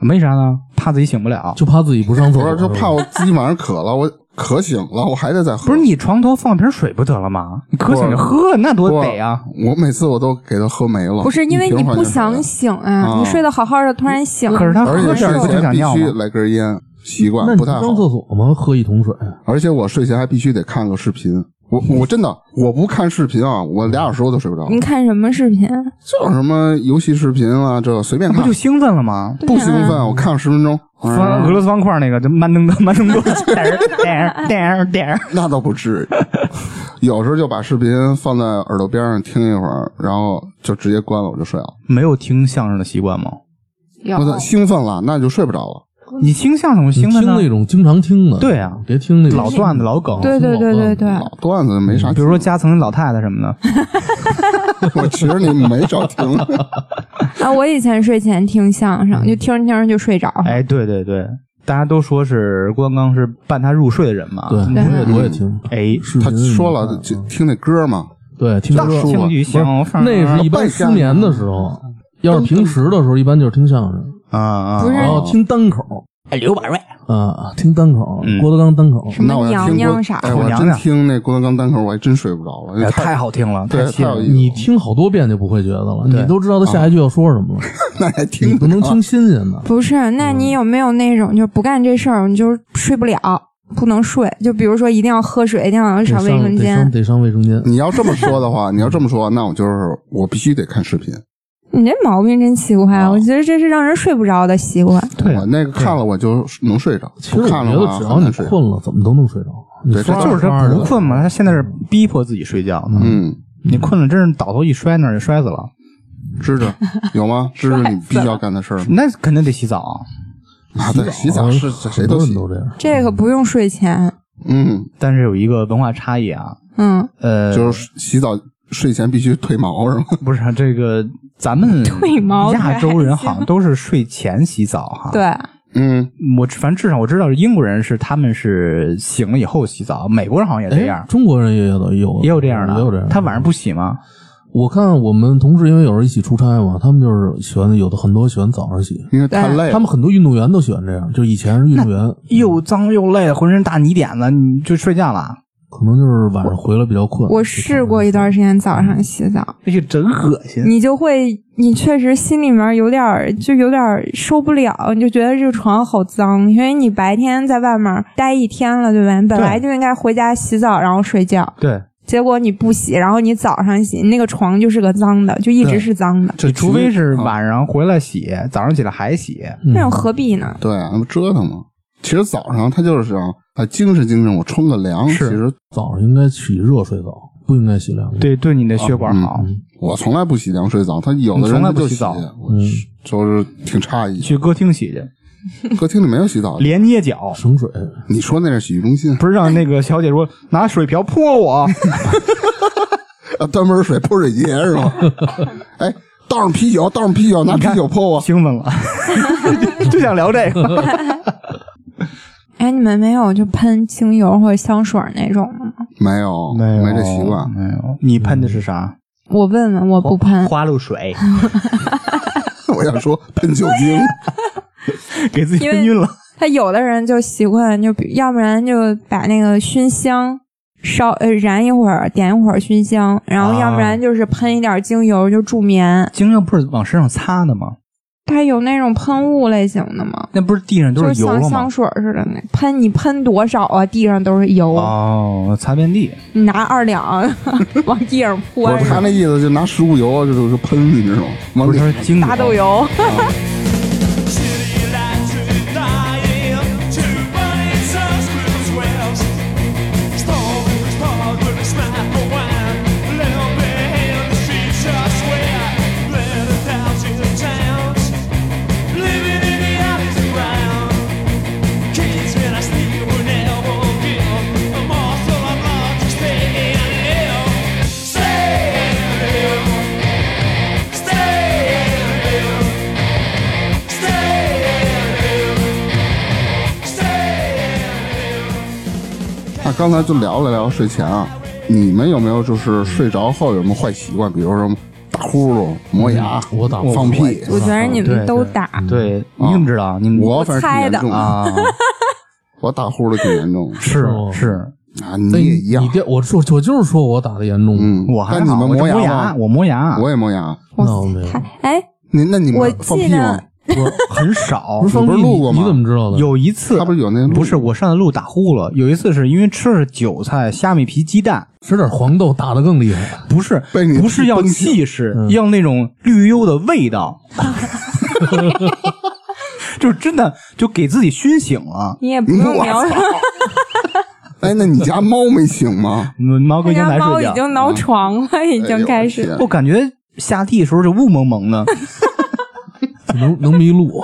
A: 没啥呢，怕自己醒不了。
C: 就怕自己不上厕
B: 不
C: 所，
B: 是就是
C: 吧
B: 怕我自己晚上渴了，我渴醒了，我还得再喝。
A: 不是你床头放瓶水不得了吗？你渴醒就喝，那多
B: 不
A: 得啊！
B: 我每次我都给他喝没了，
E: 不是因为
B: 一
E: 你
B: 瓶矿泉
E: 不
B: 水
E: 想醒啊，
B: 啊
E: 你睡得好好的，突然醒，
A: 可是他
B: 而
A: 喝
B: 且
A: 点儿
B: 睡
A: 不就
B: 前
A: 想
B: 必
A: 尿
B: 须
A: 吗？
B: 来根烟，习
C: 那
B: 惯
C: 你
B: 不太好
C: 上。厕所吗？喝一桶水，
B: 而且我睡前还必须得看个视频。我我真的我不看视频啊，我俩小时我都睡不着。
E: 你看什么视频？
B: 就是什么游戏视频啊，这随便
A: 不
B: 看
A: 就，兴奋了吗？
B: 不兴奋，我看了十分钟。
A: 方
E: 啊
A: 俄罗斯方块那个，就慢动作， 慢动作，点儿点儿点儿点儿。
B: 那倒不至于。有时候就把视频放在耳朵边上听一会儿，然后就直接关了，我就睡了。
A: 没有听相声的习惯吗？
B: 我操，兴奋了，那就睡不着了。
A: 你听相声
C: 你
A: 兴
C: 听
A: 奋呢？
C: 那种经常听的，
A: 对啊
C: 别听那种
A: 老段子、老梗，
E: 对对对对
C: 哦
E: 对，
B: 老啊段子没啥，
A: 嗯比如说夹层老太太什么 的，
B: 我其实你没少听，
E: 啊，我以前睡前听相声，就听着听着就睡着了。
A: 哎，对对对，大家都说是郭德纲是伴他入睡的人嘛，
C: 对，
A: 嗯
C: 我也我也听。
A: 哎，
C: 视
B: 他
C: 频也
B: 说
C: 看
B: 了就听那歌嘛，
C: 对，听
B: 大
C: 说
B: 叔
A: 听句相声，
C: 那是一般
B: 半
C: 失
B: 夏
C: 眠的时候，要是平时的时候，一般就是听相声，
A: 啊啊，
E: 不是
C: 然后听单口
G: 哎刘宝瑞，
C: 啊，听单口
A: 嗯，
C: 郭德纲单口。
E: 什么
B: 那我要
E: 娘
B: 听
E: 娘
B: 郭
E: 啥
B: 哎，我还
A: 娘
B: 真
A: 娘
B: 听那郭德纲单口，我还真睡不着了，
A: 哎
B: 太
A: 太好听了，
B: 对
A: 吸引
B: 太有
A: 人
B: 意
A: 了。
C: 你听好多遍就不会觉得了，你都知道他下一句要说什么了，
B: 那还听
C: 你
B: 不
C: 不能听新鲜的。
E: 不是，那
C: 嗯
E: 你有没有那种就不干这事儿你就睡不了，不能睡？就比如说一定要喝水，一定要
C: 得
E: 上
C: 上
E: 卫生
C: 得
E: 间
C: 上。得上卫生间。
B: 你要这么说的话，你要这么说，那我就是我必须得看视频。
E: 你这毛病真奇怪，
C: 啊
E: 我觉得这是让人睡不着的习惯。
A: 对
B: 我那个看了我就能睡着，
C: 其实
B: 不
C: 我
B: 看
C: 觉
B: 了
C: 得
B: 我
C: 只要你困了，怎么都能睡着。你
B: 对这
C: 刷着
A: 就是
C: 刷
A: 他
C: 着
A: 不困嘛，他现在是逼迫自己睡觉呢。
B: 嗯，
A: 你困了，真是倒头一摔那儿就摔死了，
B: 芝 芝有吗？芝芝你必须要干的事儿吗？
A: 那肯定得洗澡啊。
B: 啊，对，洗澡是谁
C: 很多
B: 都
C: 人
B: 洗。
C: 都这样。
E: 这个不用睡前，
B: 嗯，
A: 但是有一个文化差异啊，
E: 嗯，
A: 呃，
B: 就是洗澡睡前必须褪毛是吗？
A: 不是这个咱们
E: 褪毛
A: 亚洲人好像都是睡前洗澡哈。
E: 对，
B: 嗯，
A: 我反正至少我知道英国人是他们是醒了以后洗澡，美国人好像也这
C: 哎
A: 样，，
C: 中国人也有的也有
A: 也有这样的，
C: 也有这样的。
A: 他晚上不洗吗？
C: 我看我们同事，因为有人一起出差嘛，他们就是喜欢有的很多喜欢早上洗，
B: 因为太累
C: 他
B: 了。
C: 们很多运动员都喜欢这样，就以前是运动员，嗯
A: 又脏又累，浑身大泥点子，你就睡觉了，
C: 可能就是晚上回来比较困。
E: 我试过一段时间早上洗澡，
A: 这个真恶
C: 嗯
A: 心。
E: 你就会，你确实心里面有点儿，就有点儿受不了，你就觉得这个床好脏，因为你白天在外面待一天了，对吧？你本来就应该回家洗澡，然后睡觉，
A: 对，
E: 结果你不洗，然后你早上洗，那个床就是个脏的，就一直是脏的，
B: 这
A: 除非是
B: 啊
A: 晚上回来洗，早上起来还洗。
E: 那又何必呢？
B: 对啊，那不折腾吗？其实早上他就是想啊，精神精神，我冲个凉。其
A: 是
B: 实
C: 早上应该洗热水澡，不应该洗凉水。
A: 对，对你的血管好。
B: 我从来不洗凉水澡，他有的
A: 你从
B: 人
A: 来
B: 他
A: 不
B: 就
A: 洗澡
B: 我就是挺诧异。
A: 去歌厅洗去，
B: 歌厅里没有洗澡的，
A: 连捏脚，
C: 省水，
B: 你说那是洗浴中心
A: 不是让那个小姐说拿水瓢泼我，
B: 啊？端盆水泼水节是吗？ 哎，倒上啤酒，倒上啤酒，拿啤酒泼我。
A: 兴奋了，就想聊这个。
E: 哎，你们没有就喷精油或者香水那种吗？
B: 没有，没这习惯。
A: 没有。你喷的是啥？
E: 我问问，我不
A: 哦
E: 喷，
G: 花露水，
B: 我要说喷酒精，
A: 给自己
E: 因为
A: 喷晕了。
E: 他有的人就习惯，就比要不然就把那个熏香烧呃燃一会儿，点一会儿熏香，然后要不然就是喷一点精油就助眠。
A: 精油不是往身上擦的吗？
E: 它有那种喷雾类型的吗？
A: 那不是地上都
E: 就是
A: 油
E: 像
A: 了
E: 香
A: 吗？
E: 水似的那喷，你喷多少啊？地上都是油，
A: 哦，擦遍地，
E: 你拿二两 往地上泼
B: 我，他那意思就拿食物油啊就是喷，你知道吗？往
A: 不是
B: 脸
A: 他是精
E: 大豆油。
B: 那刚才就聊了聊睡前啊，你们有没有就是睡着后有什么坏习惯？比如说打呼噜、磨牙、
A: 嗯
C: 我打呼噜
B: 放屁。
E: 我觉得你们
A: 哦对
E: 都
A: 对
E: 打，
A: 对，你怎么知道？你们
B: 我
E: 我
B: 反正挺
E: 猜
B: 严
E: 的
B: 重的，
A: 啊，
B: 我打呼噜挺严重的
A: 是
C: 哦
A: 是，
B: 啊，你
C: 哎
B: 也一样
C: 你。掉我说我就是说我打的严重，
B: 嗯，
A: 我还
B: 但你
A: 好
B: 们
A: 我这磨
B: 牙吗
A: 我磨牙，
B: 我也磨牙。
E: 哇
C: 那我没有
E: 塞，太哎，
B: 你那你
E: 我
B: 们放
E: 记
B: 屁吗
E: 得？
A: 我很少
C: 不是。放屁
B: 你不是录过吗
C: 你怎么知道的？
A: 有一次
B: 他不是有那
A: 不是我上次录打呼噜，有一次是因为吃了韭菜、虾米皮、鸡蛋，
C: 吃点黄豆打的更厉害，
A: 不是
B: 被你
A: 不是要
B: 崩醒
A: 气势，要那种绿油油的味道， 就是真的就给自己熏醒了。？
E: 你也不用
B: 我
E: 描 述，
B: 哎，那你家猫没醒吗
A: 猫嗯哥
E: 人
A: 刚
E: 家
A: 才
E: 猫
A: 睡
E: 已
A: 觉，
E: 经挠床了，已经开
B: 哎呦
E: 始
B: 我。
A: 嗯我感觉下地的时候是雾蒙蒙的，
C: 能能 迷路。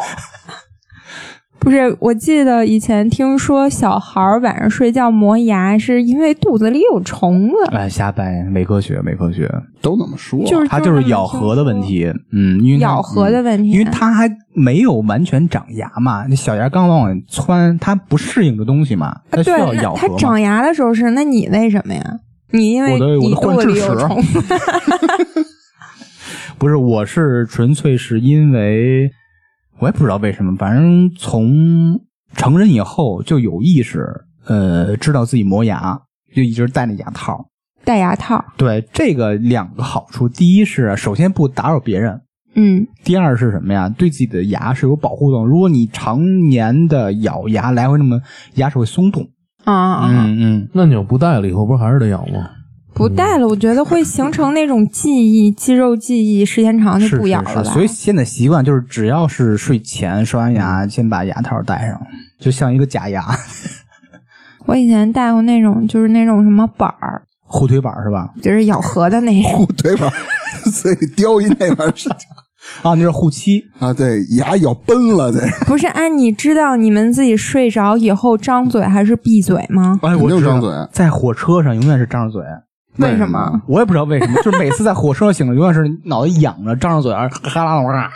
E: 不是，我记得以前听说小孩儿晚上睡觉磨牙是因为肚子里有虫子，
A: 哎，瞎掰，没科学，没科学，
B: 都那么说，
E: 就是
A: 哎它就是咬合的问，题，嗯，因为它
E: 咬合的问题，啊
A: 因为它还没有完全长牙嘛，那小牙刚往外窜，它不适应的东西嘛，它
E: 啊
A: 需
E: 对
A: 要，
E: 那
A: 咬
E: 它
A: 合嘛。
E: 长牙的时候是，那你为什么呀？你因为
A: 我的我
E: 你
A: 的
E: 肚
A: 换
E: 子里
A: 智
E: 有
A: 齿
E: 虫，
A: 不是，我是纯粹是因为我也不知道为什么，反正从成人以后就有意识，呃，知道自己磨牙，就一直戴那牙套。
E: 戴牙套，
A: 对，这个两个好处，第一是首先不打扰别人，
E: 嗯，
A: 第二是什么呀？对自己的牙是有保护作用。如果你常年的咬牙来回那么，牙齿会松动。
E: 啊啊，啊
A: 嗯嗯，
C: 那你要不戴了以后，不是还是得咬吗？
E: 不戴了，我觉得会形成那种记忆，肌肉记忆，时间长就是不
A: 是
E: 咬了
A: 是
E: 吧
A: 所。以现在习惯就是，只要是睡前刷完牙，先把牙套戴上，就像一个假牙，
E: 我以前戴过那种，就是那种什么板儿，
A: 护腿板儿是吧？
E: 就是咬合的那种，
B: 对吧？ 所以叼一那玩意儿是
A: 啊，那是护膝，
B: 啊，对，牙咬崩了，得
E: 不是？哎，你知道你们自己睡着以后张嘴还是闭嘴吗？
A: 哎，
B: 肯
A: 我
B: 定
A: 知道
B: 张嘴。
A: 在火车上永远是张着嘴，
E: 为什
B: 什
E: 么？
A: 我也不知道为什么， 就是每次在火车上醒了，永远是脑袋仰着，张着嘴，啊哈 啦啦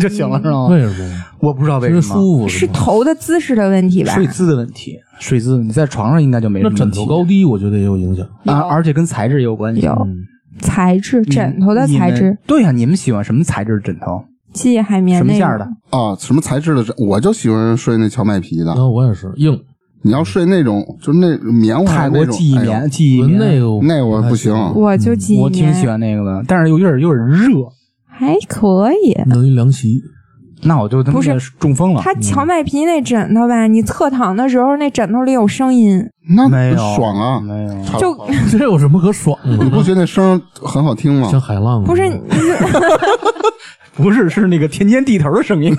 A: 就醒了，知
B: 啊
A: 道吗？
C: 为什么呀？
A: 我不知道为
C: 因为
A: 什么，
C: 舒服
E: 是
C: 吗
E: 头的姿势的问题吧？
A: 睡姿的问题，睡姿你在床上应该就没什
C: 那
A: 么
C: 枕
A: 问题
C: 头高低，我觉得也有影响。
A: 啊，而且跟材质也有关系。
E: 有
C: 嗯
E: 材质，
A: 你
E: 枕头的
A: 你
E: 材
A: 们
E: 质，
A: 对啊呀、你们喜欢什么材质的枕头？
E: 记忆海绵
A: 什么
E: 那
A: 馅儿
E: 种
A: 的？？
B: 啊，什么材质的？我就喜欢睡那荞麦皮的。
C: 然后我也是硬，
B: 你要睡那种，就是那棉花
A: 泰
B: 那
A: 国
B: 种，
A: 记忆
B: 哎
A: 棉，
B: 呦
A: 记忆棉
C: 那个
B: 那我不行。
E: 我就记忆
A: 我挺
E: 棉
A: 喜欢那个的，但是有点有点热，
E: 还可以。
A: 嗯
C: 弄一凉席，
A: 那我就他妈
E: 不是
A: 的中风了。
E: 它荞麦皮那枕头吧，你侧躺的时候那枕头里有声音，
B: 那
A: 没有
B: 爽啊！
A: 没有
B: 差
E: 就
C: 这有什么可爽的嗯
B: 你不
C: 呢？
B: 觉得那声儿很好听吗？
C: 像海浪啊
E: 不是？你
A: 嗯不是，是那个田间地头的声音。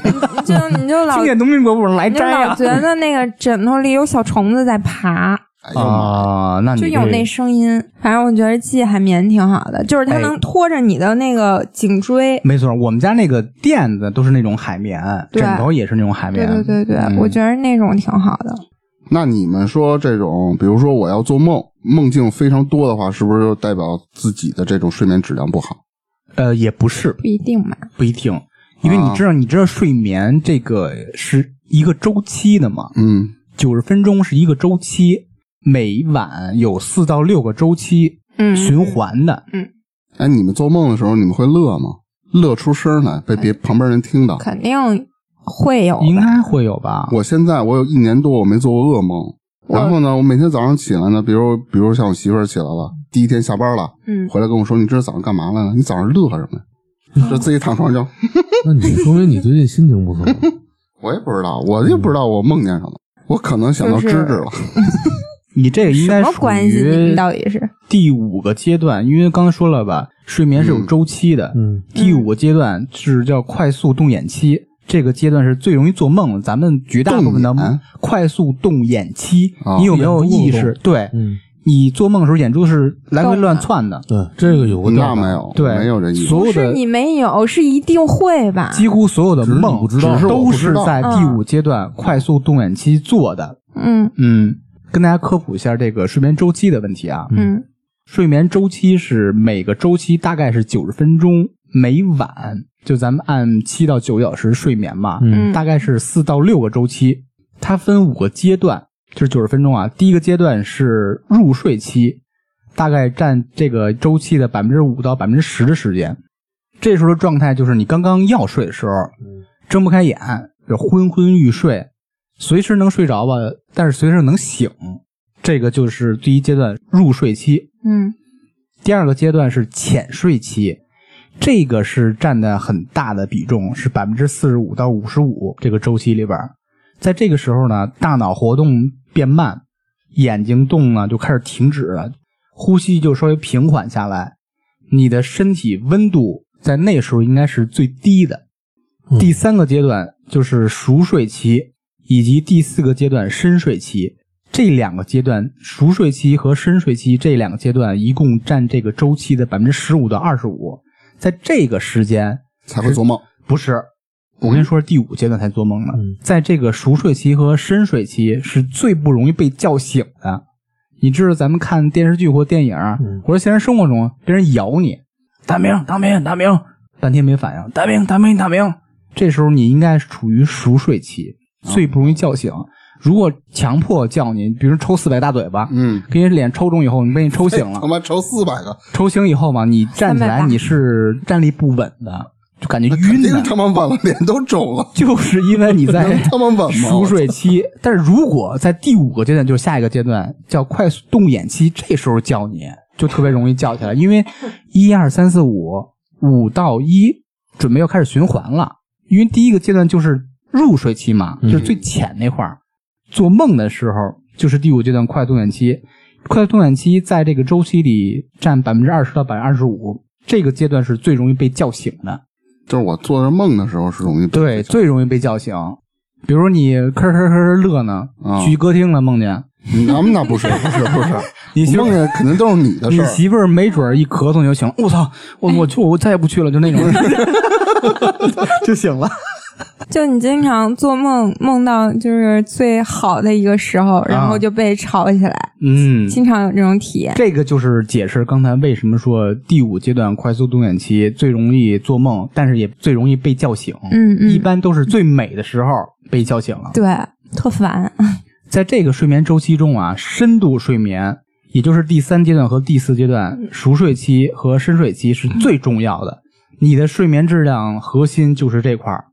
E: 就你就老
A: 听见农民伯伯来
E: 你就
A: 摘
E: 老
A: 呀
E: 觉得那个枕头里有小虫子在爬，
B: 哎呦妈
A: 啊！那你
E: 就有
A: 这
E: 那声音。反正我觉得记忆海绵挺好的，就是它
A: 哎
E: 能拖着你的那个颈椎。
A: 没错，我们家那个垫子都是那种海绵，
E: 对
A: 枕头也是那种海
E: 对
A: 绵。
E: 对对对，
A: 嗯
E: 我觉得那种挺好的。
B: 那你们说这种，比如说我要做梦，梦境非常多的话，是不是就代表自己的这种睡眠质量不好？
A: 呃也不是
E: 不一定吧？
A: 不一定，因
C: 啊
A: 为你知道，你知道睡眠这个是一个周期的嘛，
B: 嗯，
A: 九十分钟是一个周期，每晚有四到六个周期
E: 嗯，
A: 循环的。
B: 哎，你们做梦的时候，你们会乐吗？乐出声来，被别旁边人听到。
E: 肯定会有
A: 应
E: 吧？
A: 该会有吧？
B: 我现在我有一年多我没做过噩梦，然后呢，我每天早上起来呢，比如比如像我媳妇儿起来了，第一天下班了，
E: 嗯，
B: 回来跟我说，你这是早上干嘛来了？你早上乐什么呀？就自己躺床上。
C: 那你说明你最近心情不错。
B: 我也不知道，我也不知道我梦见什么，我可能想到芝芝了。
A: 你这个应
E: 什
A: 该
E: 么
A: 属
E: 关系？你
A: 于
E: 们到底是
A: 第五个阶段，因为刚刚说了吧，睡眠是有周期的。
C: 嗯，
A: 第五个阶段是叫快速动眼期，这个阶段是最容易做梦了。咱们绝大部分的
B: 动眼
A: 快速动眼期，
B: 哦
A: 你有没有
C: 眼珠子
A: 意识？对，
C: 嗯，
A: 你做梦的时候眼珠是来回乱窜的，
C: 对，这个有个调查
B: 那没，有，
A: 对，
B: 没有这意思。
A: 所有
E: 是
A: 的
E: 你没有，是一定会吧？
A: 几乎所有的
C: 只是你
A: 梦
C: 不知道只是
B: 我
A: 都
B: 不
A: 是
B: 知道
A: 在第五阶段快速动眼期做的。
E: 嗯
A: 嗯，跟大家科普一下这个睡眠周期的问题啊。
E: 嗯
A: 睡眠周期是每个周期大概是九十分钟，每晚就咱们按七到九小时睡眠嘛，
E: 嗯
A: 大概是四到六个周期，它分五个阶段，就是九十分钟啊。第一个阶段是入睡期，大概占这个周期的百分之五到百分之十的时间。这时候的状态就是你刚刚要睡的时候，睁不开眼，就昏昏欲睡，随时能睡着吧，但是随时能醒。这个就是第一阶段入睡期。
E: 嗯
A: 第二个阶段是浅睡期，这个是占的很大的比重，是百分之四十五到五十五这个周期里边儿。在这个时候呢，大脑活动变慢，眼睛动呢就开始停止了，呼吸就稍微平缓下来，你的身体温度在那时候应该是最低的。
C: 嗯
A: 第三个阶段就是熟睡期，以及第四个阶段深睡期。这两个阶段，熟睡期和深睡期这两个阶段一共占这个周期的百分之十五到二十五，在这个时间
B: 才会做梦。
A: 不是，我跟你说，第五阶段才做梦呢。
C: 嗯
A: 在这个熟睡期和深睡期是最不容易被叫醒的。你知道，咱们看电视剧或电影，
C: 嗯
A: 或者现实生活中，别人咬你，大明，大明，大明，半天没反应，大明，大明，大明。这时候你应该处于熟睡期，
B: 哦
A: 最不容易叫醒。如果强迫叫你，比如抽四百大嘴巴，
B: 嗯，
A: 给你脸抽中以后，你被你抽 醒了
B: 哎他，妈抽四百个，
A: 抽醒以后嘛，你站起
E: 300
A: 来
E: 大
A: 你是站立不稳的，就感觉
B: 肯
A: 晕
B: 定
A: 的。
B: 他妈晚了，脸都 肿了，
A: 就是因为你在
B: 他妈稳吗？
A: 熟睡期。但是如果在第五个阶段，就是下一个阶段叫快速动眼期，这时候叫你就特别容易叫起来，因为一二三四五五到一准备要开始循环了，因为第一个阶段就是入睡期嘛，就是最浅那块儿。做梦的时候就是第五阶段快速动眼期，快速动眼期在这个周期里占百分之二十到百分之二十五，这个阶段是最容易被叫醒的。
B: 就是我做着梦的时候是容易
A: 对，最容易被叫醒。比如你吭吭吭乐呢，
B: 啊
A: 去歌厅了，梦见
B: 嗯咱们那不是不是不是，
A: 你媳妇
B: 我梦见肯定都是你的
A: 你
B: 事儿。
A: 媳妇儿没准儿一咳嗽你就醒，我操，
E: 哎
A: 我我去，我再也不去了，就那 种，就醒了。
E: 就你经常做梦，梦到就是最好的一个时候，然后就被吵起来，
A: 啊嗯，
E: 经常有这种体验。
A: 这个就是解释刚才为什么说第五阶段快速动眼期最容易做梦，但是也最容易被叫醒。
E: 嗯
A: 一
E: 嗯，
A: 般都是最美的时候被叫醒了。
E: 对，特烦。
A: 在这个睡眠周期中啊，深度睡眠，也就是第三阶段和第四阶段熟睡期和深睡期是最重要的。你的睡眠质量核心就是这块儿，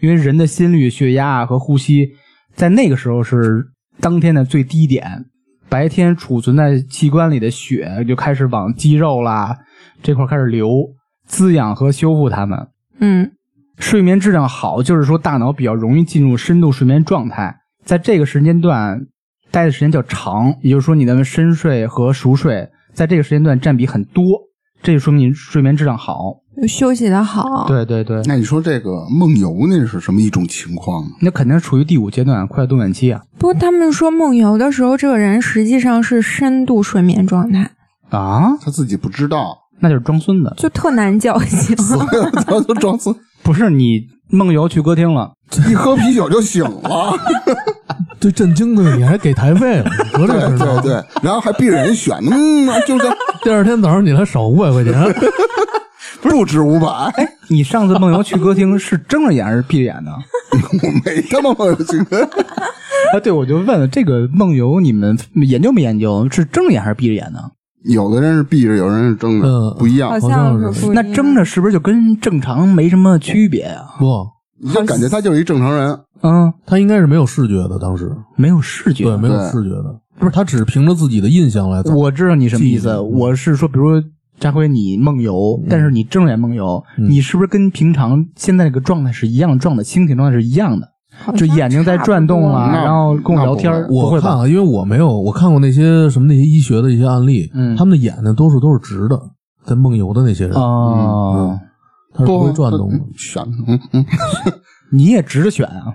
A: 因为人的心率、血压啊和呼吸在那个时候是当天的最低点，白天储存在器官里的血就开始往肌肉啦这块儿开始流，滋养和修复它们。
E: 嗯
A: 睡眠质量好，就是说大脑比较容易进入深度睡眠状态，在这个时间段待的时间较长，也就是说你的深睡和熟睡在这个时间段占比很多，这就说明你睡眠质量好。
E: 休息的好，
A: 对对对，
B: 那你说这个梦游那是什么一种情况呢？
A: 那肯定是处于第五阶段快动眼期啊
E: 不过他们说梦游的时候，这个人实际上是深度睡眠 状态，
A: 啊，
B: 他自己不知道，
A: 那就是装孙子，
E: 就特难叫醒。
B: 他就装死，
A: 不是你梦游去歌厅了，
B: 一喝啤酒就醒了。
C: 最震惊的是你还给台费了，你说这
B: 对
C: 事
B: 对
C: 儿
B: 对，然后还逼人选，嗯，就这样
C: 第二天早上起来少五百块钱，
B: 不止五百，
A: 你上次梦游去歌厅是睁着眼还是闭着 眼呢？
B: 我没他妈梦游去过。
A: 啊，对，我就问了这个梦游你们研究没研究？是睁着眼还是闭着眼呢？
B: 有的人是闭着，有的人是睁着
C: 嗯，
B: 不一样
E: 好。
C: 像
E: 像
C: 是
E: 是不一
A: 那
E: 样
A: 睁着是不是就跟正常没什么区别啊？
C: 不，
B: 你就感觉他就是一正常人，
A: 嗯，
C: 他应该是没有视觉的，当时
A: 没有视觉。
C: 对没有视觉的，不是他只凭着自己的印象来走。
A: 我知道你什么意思。
C: 记忆
A: 我是说，比如扎辉，你梦游，但是你睁着眼梦游，
C: 嗯
A: 你是不是跟平常现在这个状态是一样的状态，清醒状态是一样的？
E: 好
A: 就
E: 像
A: 眼睛在转动啊，
B: 差不多
A: 然后跟我聊天儿，
B: 那
A: 不
C: 我
A: 会
C: 看
A: 吧？
C: 啊，因为我没有，我看过那些什么那些医学的一些案例，
A: 嗯
C: 他们的眼睛多数都是直的，在梦游的那些人，
A: 哦，
C: 他是不
B: 多
C: 会转动的。
B: 选，嗯嗯，
A: 你也值得选啊，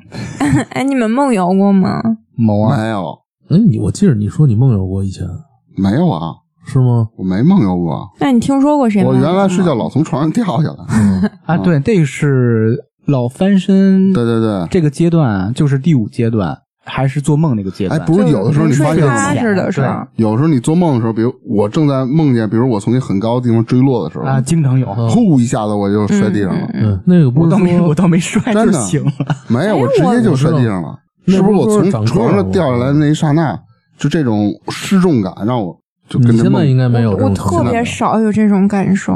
E: 哎，你们梦游过吗？
A: 某啊，
B: 没有
C: 哎，你我记得你说你梦游过以前
B: 没有啊，
C: 是吗？
B: 我没梦游过，
E: 那你听说过谁梦
B: 我
E: 游吗？
B: 原来睡觉老从床上掉下来。
A: 啊，对，这个是老翻身，
B: 对对对，
A: 这个阶段就是第五阶段，还是做梦那个阶
B: 哎，
A: 段？
B: 不是有的时候你
E: 睡啊
B: 发现
E: 踏
B: 吗
E: 实的时候
A: 对，
B: 有时候你做梦的时候，比如我正在梦见，比如我从一很高的地方坠落的时候，
A: 啊，经常有，
C: 哦
B: 呼一下子我就摔地上了。
C: 嗯，那个不
A: 我
C: 是
A: 倒没我
C: 说
A: 倒没摔
B: 真
A: 就
B: 的
A: 醒了，
E: 嗯
B: 没
E: 哎
B: 有，我直接就摔地上了。
C: 我
B: 是不是我
C: 那不
B: 从
C: 是长个儿
B: 床
C: 了
B: 上掉下来的那一刹那，就这种失重感让我就跟
C: 你
B: 着
C: 现在
B: 梦
C: 应该没有这种
E: 我
C: 情
E: 特
C: 况
E: 别少有这种感受。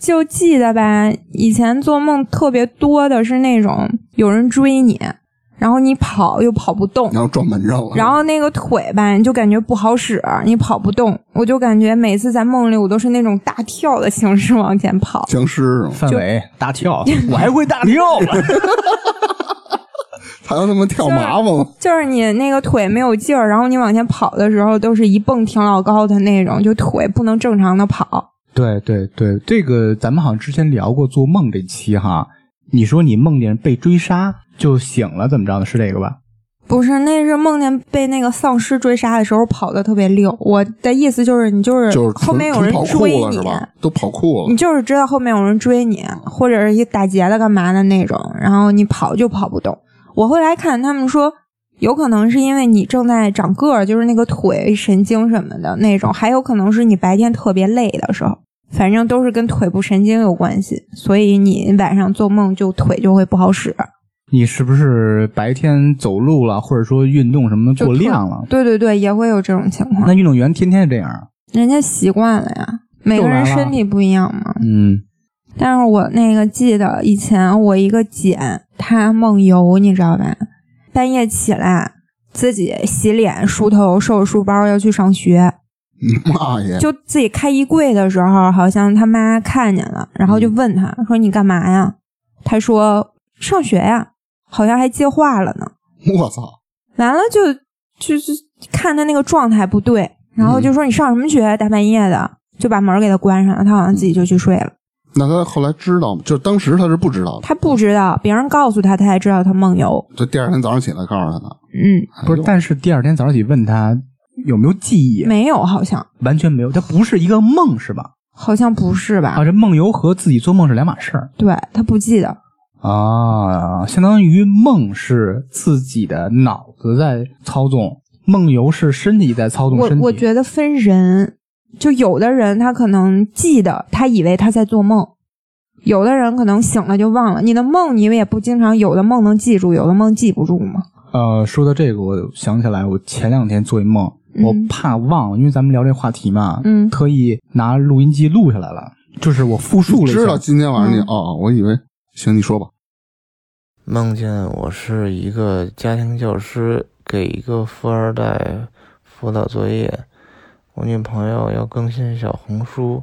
E: 就记得吧，以前做梦特别多的是那种有人追你，然后你跑又跑不动，
B: 然后撞门上了。
E: 然后那个腿吧，你就感觉不好使，你跑不动。我就感觉每次在梦里，我都是那种大跳的形式往前跑。
B: 僵尸是吗？
A: 范伟大跳， 我还会大跳呢。
B: 还要他妈跳麻吗？
E: 就是你那个腿没有劲儿，然后你往前跑的时候，都是一蹦挺老高的那种，就腿不能正常的跑。
A: 对对对，这个咱们好像之前聊过做梦这期哈，你说你梦见被追杀就醒了，怎么着的？是这个吧？
E: 不是，那是梦见被那个丧尸追杀的时候跑的特别溜。我的意思就是，你就是
B: 就是
E: 后面
B: 纯
E: 有
B: 纯
E: 人
B: 跑酷
E: 追
B: 了
E: 你嗯
B: 是，吧？都跑酷了
E: 你。就是知道后面有人追你，或者是一打劫的干嘛的那种，然后你跑就跑不动。我后来看他们说，有可能是因为你正在长个儿，就是那个腿神经什么的那种，还有可能是你白天特别累的时候，反正都是跟腿部神经有关系，所以你晚上做梦就腿就会不好使。
A: 你是不是白天走路了，或者说运动什么的过量了？
E: 对对对，也会有这种情况，
A: 那运动员天天这样啊？
E: 人家习惯了呀。每个人
A: 就来了
E: 身体不一样嘛，
A: 嗯，
E: 但是我那个记得以前我一个姐，她梦游，你知道吧？半夜起来自己洗脸、梳头、收拾书包要去上学，
B: 妈耶！
E: 就自己开衣柜的时候，好像他妈看见了，然后就问她说：“你干嘛呀？”她说：“上学呀。”好像还接话了呢。
B: 我操！
E: 完了就就是看她那个状态不对，然后就说：“你上什么学？大半夜的。”就把门给她关上了，她好像自己就去睡了。
B: 那他后来知道吗？就当时他是不知道的，
E: 她不知道，别人告诉她，她才知道她梦游。
B: 就第二天早上起来告诉他的。
E: 嗯，
A: 不是，
B: 哎呦
A: 但是第二天早上起问他有没有啊记忆，
E: 没有，好像
A: 完全没有，他不是一个梦是吧？
E: 好像不是吧？
A: 啊，这梦游和自己做梦是两码事儿
E: 对他不记得，
A: 啊，相当于梦是自己的脑子在操纵，梦游是身体在操纵
E: 我
A: 身体。
E: 我觉得分人，就有的人他可能记得，他以为他在做梦；有的人可能醒了就忘了。你的梦你们也不经常，有的梦能记住，有的梦记不住嘛。
A: 呃，说到这个，我想起来，我前两天做一梦，
E: 嗯
A: 我怕忘了，因为咱们聊这话题嘛，
E: 嗯
A: 特意拿录音机录下来了，就是我复述了一下，
B: 知道今天晚上你
E: 嗯
B: 哦，我以为行，你说吧。
H: 梦见我是一个家庭教师，给一个富二代辅导作业。我女朋友要更新小红书，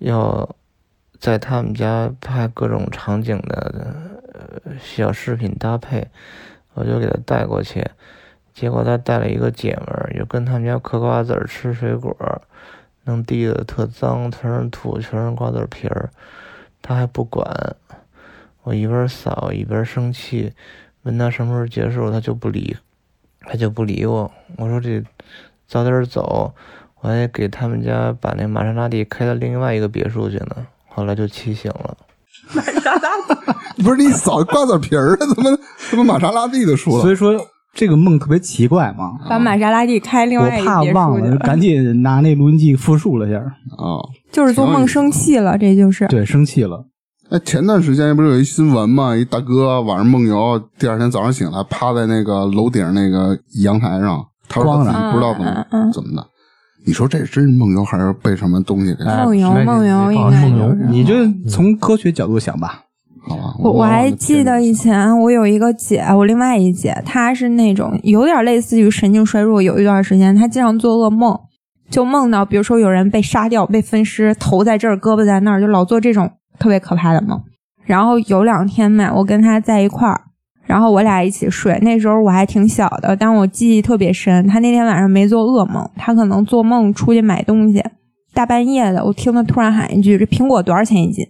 H: 要在他们家拍各种场景的呃小视频搭配，我就给她带过去。结果她带了一个姐们儿，就跟他们家嗑瓜子儿、吃水果儿，弄地的特脏，全是土，全是瓜子儿皮儿，她还不管。我一边扫一边生气，问他什么时候结束，他就不理，他就不理我。我说这早点走，我还给他们家把那玛莎拉蒂开到另外一个别墅去呢。后来就气醒了。
B: 不是你扫瓜子皮儿，怎么怎么玛莎拉蒂的说
A: 所
B: 了？
A: 以说这个梦特别奇怪嘛，
E: 把玛莎拉蒂开另
A: 我
E: 外一
A: 怕
E: 个别
A: 忘
E: 墅去
A: 了，赶紧拿那录音机复述了一下，
B: 啊，
E: 就是做梦生气了，这就是。
A: 对，生气了。
B: 哎，前段时间不是有一新闻嘛？一大哥晚上梦游，第二天早上醒来，趴在那个楼顶那个阳台上，他说他自己不知道怎么、
E: 嗯嗯嗯
B: 怎么的。你说这真是梦游还是被什么东西给？
A: 哎
E: 梦游
A: 没
E: 梦游应
C: 啊
E: 该
C: 梦游
E: 就是
A: 你就
B: 嗯
A: 从科学角度想吧，
B: 好
A: 嗯
B: 吧，
E: 我我
B: 忘了
E: 还记得以前我有一个姐，我另外一姐，她是那种有点类似于神经衰弱，有一段时间她经常做噩梦，就梦到，比如说有人被杀掉、被分尸，头在这儿，胳膊在那儿，就老做这种特别可怕的梦。然后有两天嘛，我跟他在一块儿，然后我俩一起睡。那时候我还挺小的，但我记忆特别深。他那天晚上没做噩梦，他可能做梦出去买东西，大半夜的，我听他突然喊一句：“这苹果多少钱一斤？”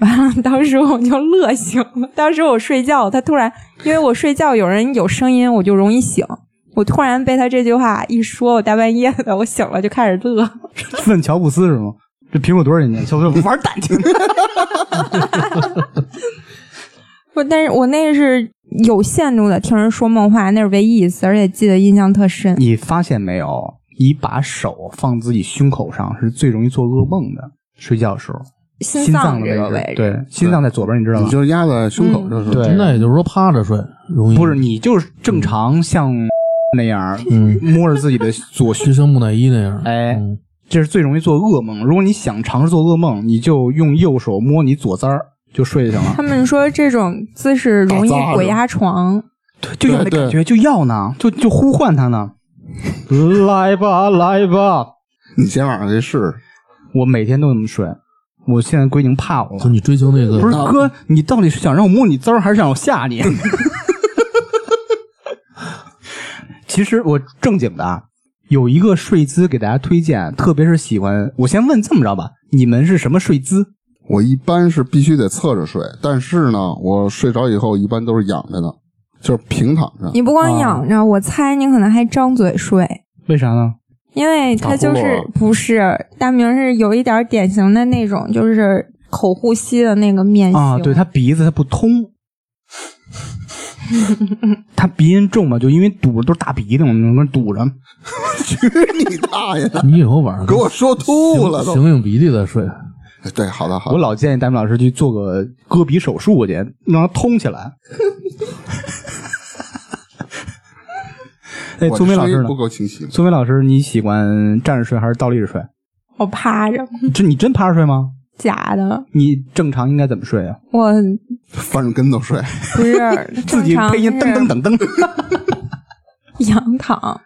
E: 完了， 当时我就乐醒了。当时我睡觉，他突然因为我睡觉有人有声音，我就容易醒。我突然被他这句话一说，我大半夜的，我醒了就开始乐。
A: 问乔布斯是吗？这苹果多少钱一斤？乔布斯玩蛋去。
E: 不，但是 我那是有限度的听人说梦话，那是唯一一次，而且记得印象特深。
A: 你发现没有？你把手放自己胸口上是最容易做噩梦的，睡觉的时候，
E: 心
A: 心脏
E: 脏
A: 的
E: 这个
A: 位
E: 置，
A: 对，心脏在左边，你知道
B: 你
A: 吗？
B: 就压在胸口这是。
A: 嗯对，
C: 那也就是说趴着睡容易
A: 不是，你就是正常像那样
C: 嗯，
A: 摸着自己的左胸
C: 就，像木乃伊那样，
A: 哎
C: 嗯
A: 这是最容易做噩梦。如果你想尝试做噩梦，你就用右手摸你左腮儿就睡下了
E: 他。们说这种姿势容易
B: 打杂
E: 鬼压床，
A: 对，就要那
B: 对
A: 感觉，就要呢，就就呼唤他呢。来吧，来吧！
B: 你今天晚上可以试试。
A: 我每天都这么睡，我现在龟已经怕我
C: 就
A: 了。
C: 你追求那个
A: 不是哥，你到底是想让我摸你滋儿，还是想让我吓你？ 其实我正经的啊，有一个睡姿给大家推荐，特别是喜欢。我先问这么着吧，你们是什么睡姿？
B: 我一般是必须得侧着睡，但是呢，我睡着以后一般都是仰着的，就是平躺着。
E: 你不
A: 啊
E: 光仰着，我猜你可能还张嘴睡，
A: 为啥呢？
E: 因为他就
B: 打呼噜
E: 是
B: 啊
E: 不是大明是有一点典型的那种，就是口呼吸的那个面型
A: 啊，对，他鼻子他不通，他鼻音重嘛，就因为堵着都是大鼻涕嘛，那跟堵着。
B: 你大爷的，
C: 你以后晚上
B: 给我说吐了
C: 醒
B: 都。哎
C: 醒醒鼻涕再睡，
B: 对，好的好
A: 我
B: 的，
A: 老建议戴明老师去做个割鼻手术去，让他通起 来。哎，
B: 我
A: 宗
B: 这
A: 哎明老
B: 声
A: 师
B: 音
A: 呢
B: 不？够清晰。
A: 宗明老师，你喜欢站着睡还是倒立着睡？
E: 我趴着，
A: 这你真趴着睡吗？
E: 假的，
A: 你正常应该怎么睡啊？
E: 我
B: 翻着跟头睡，
E: 不是
A: 自
E: 正
A: 己
E: 常
A: 配音噔噔噔噔。
E: 是 仰躺，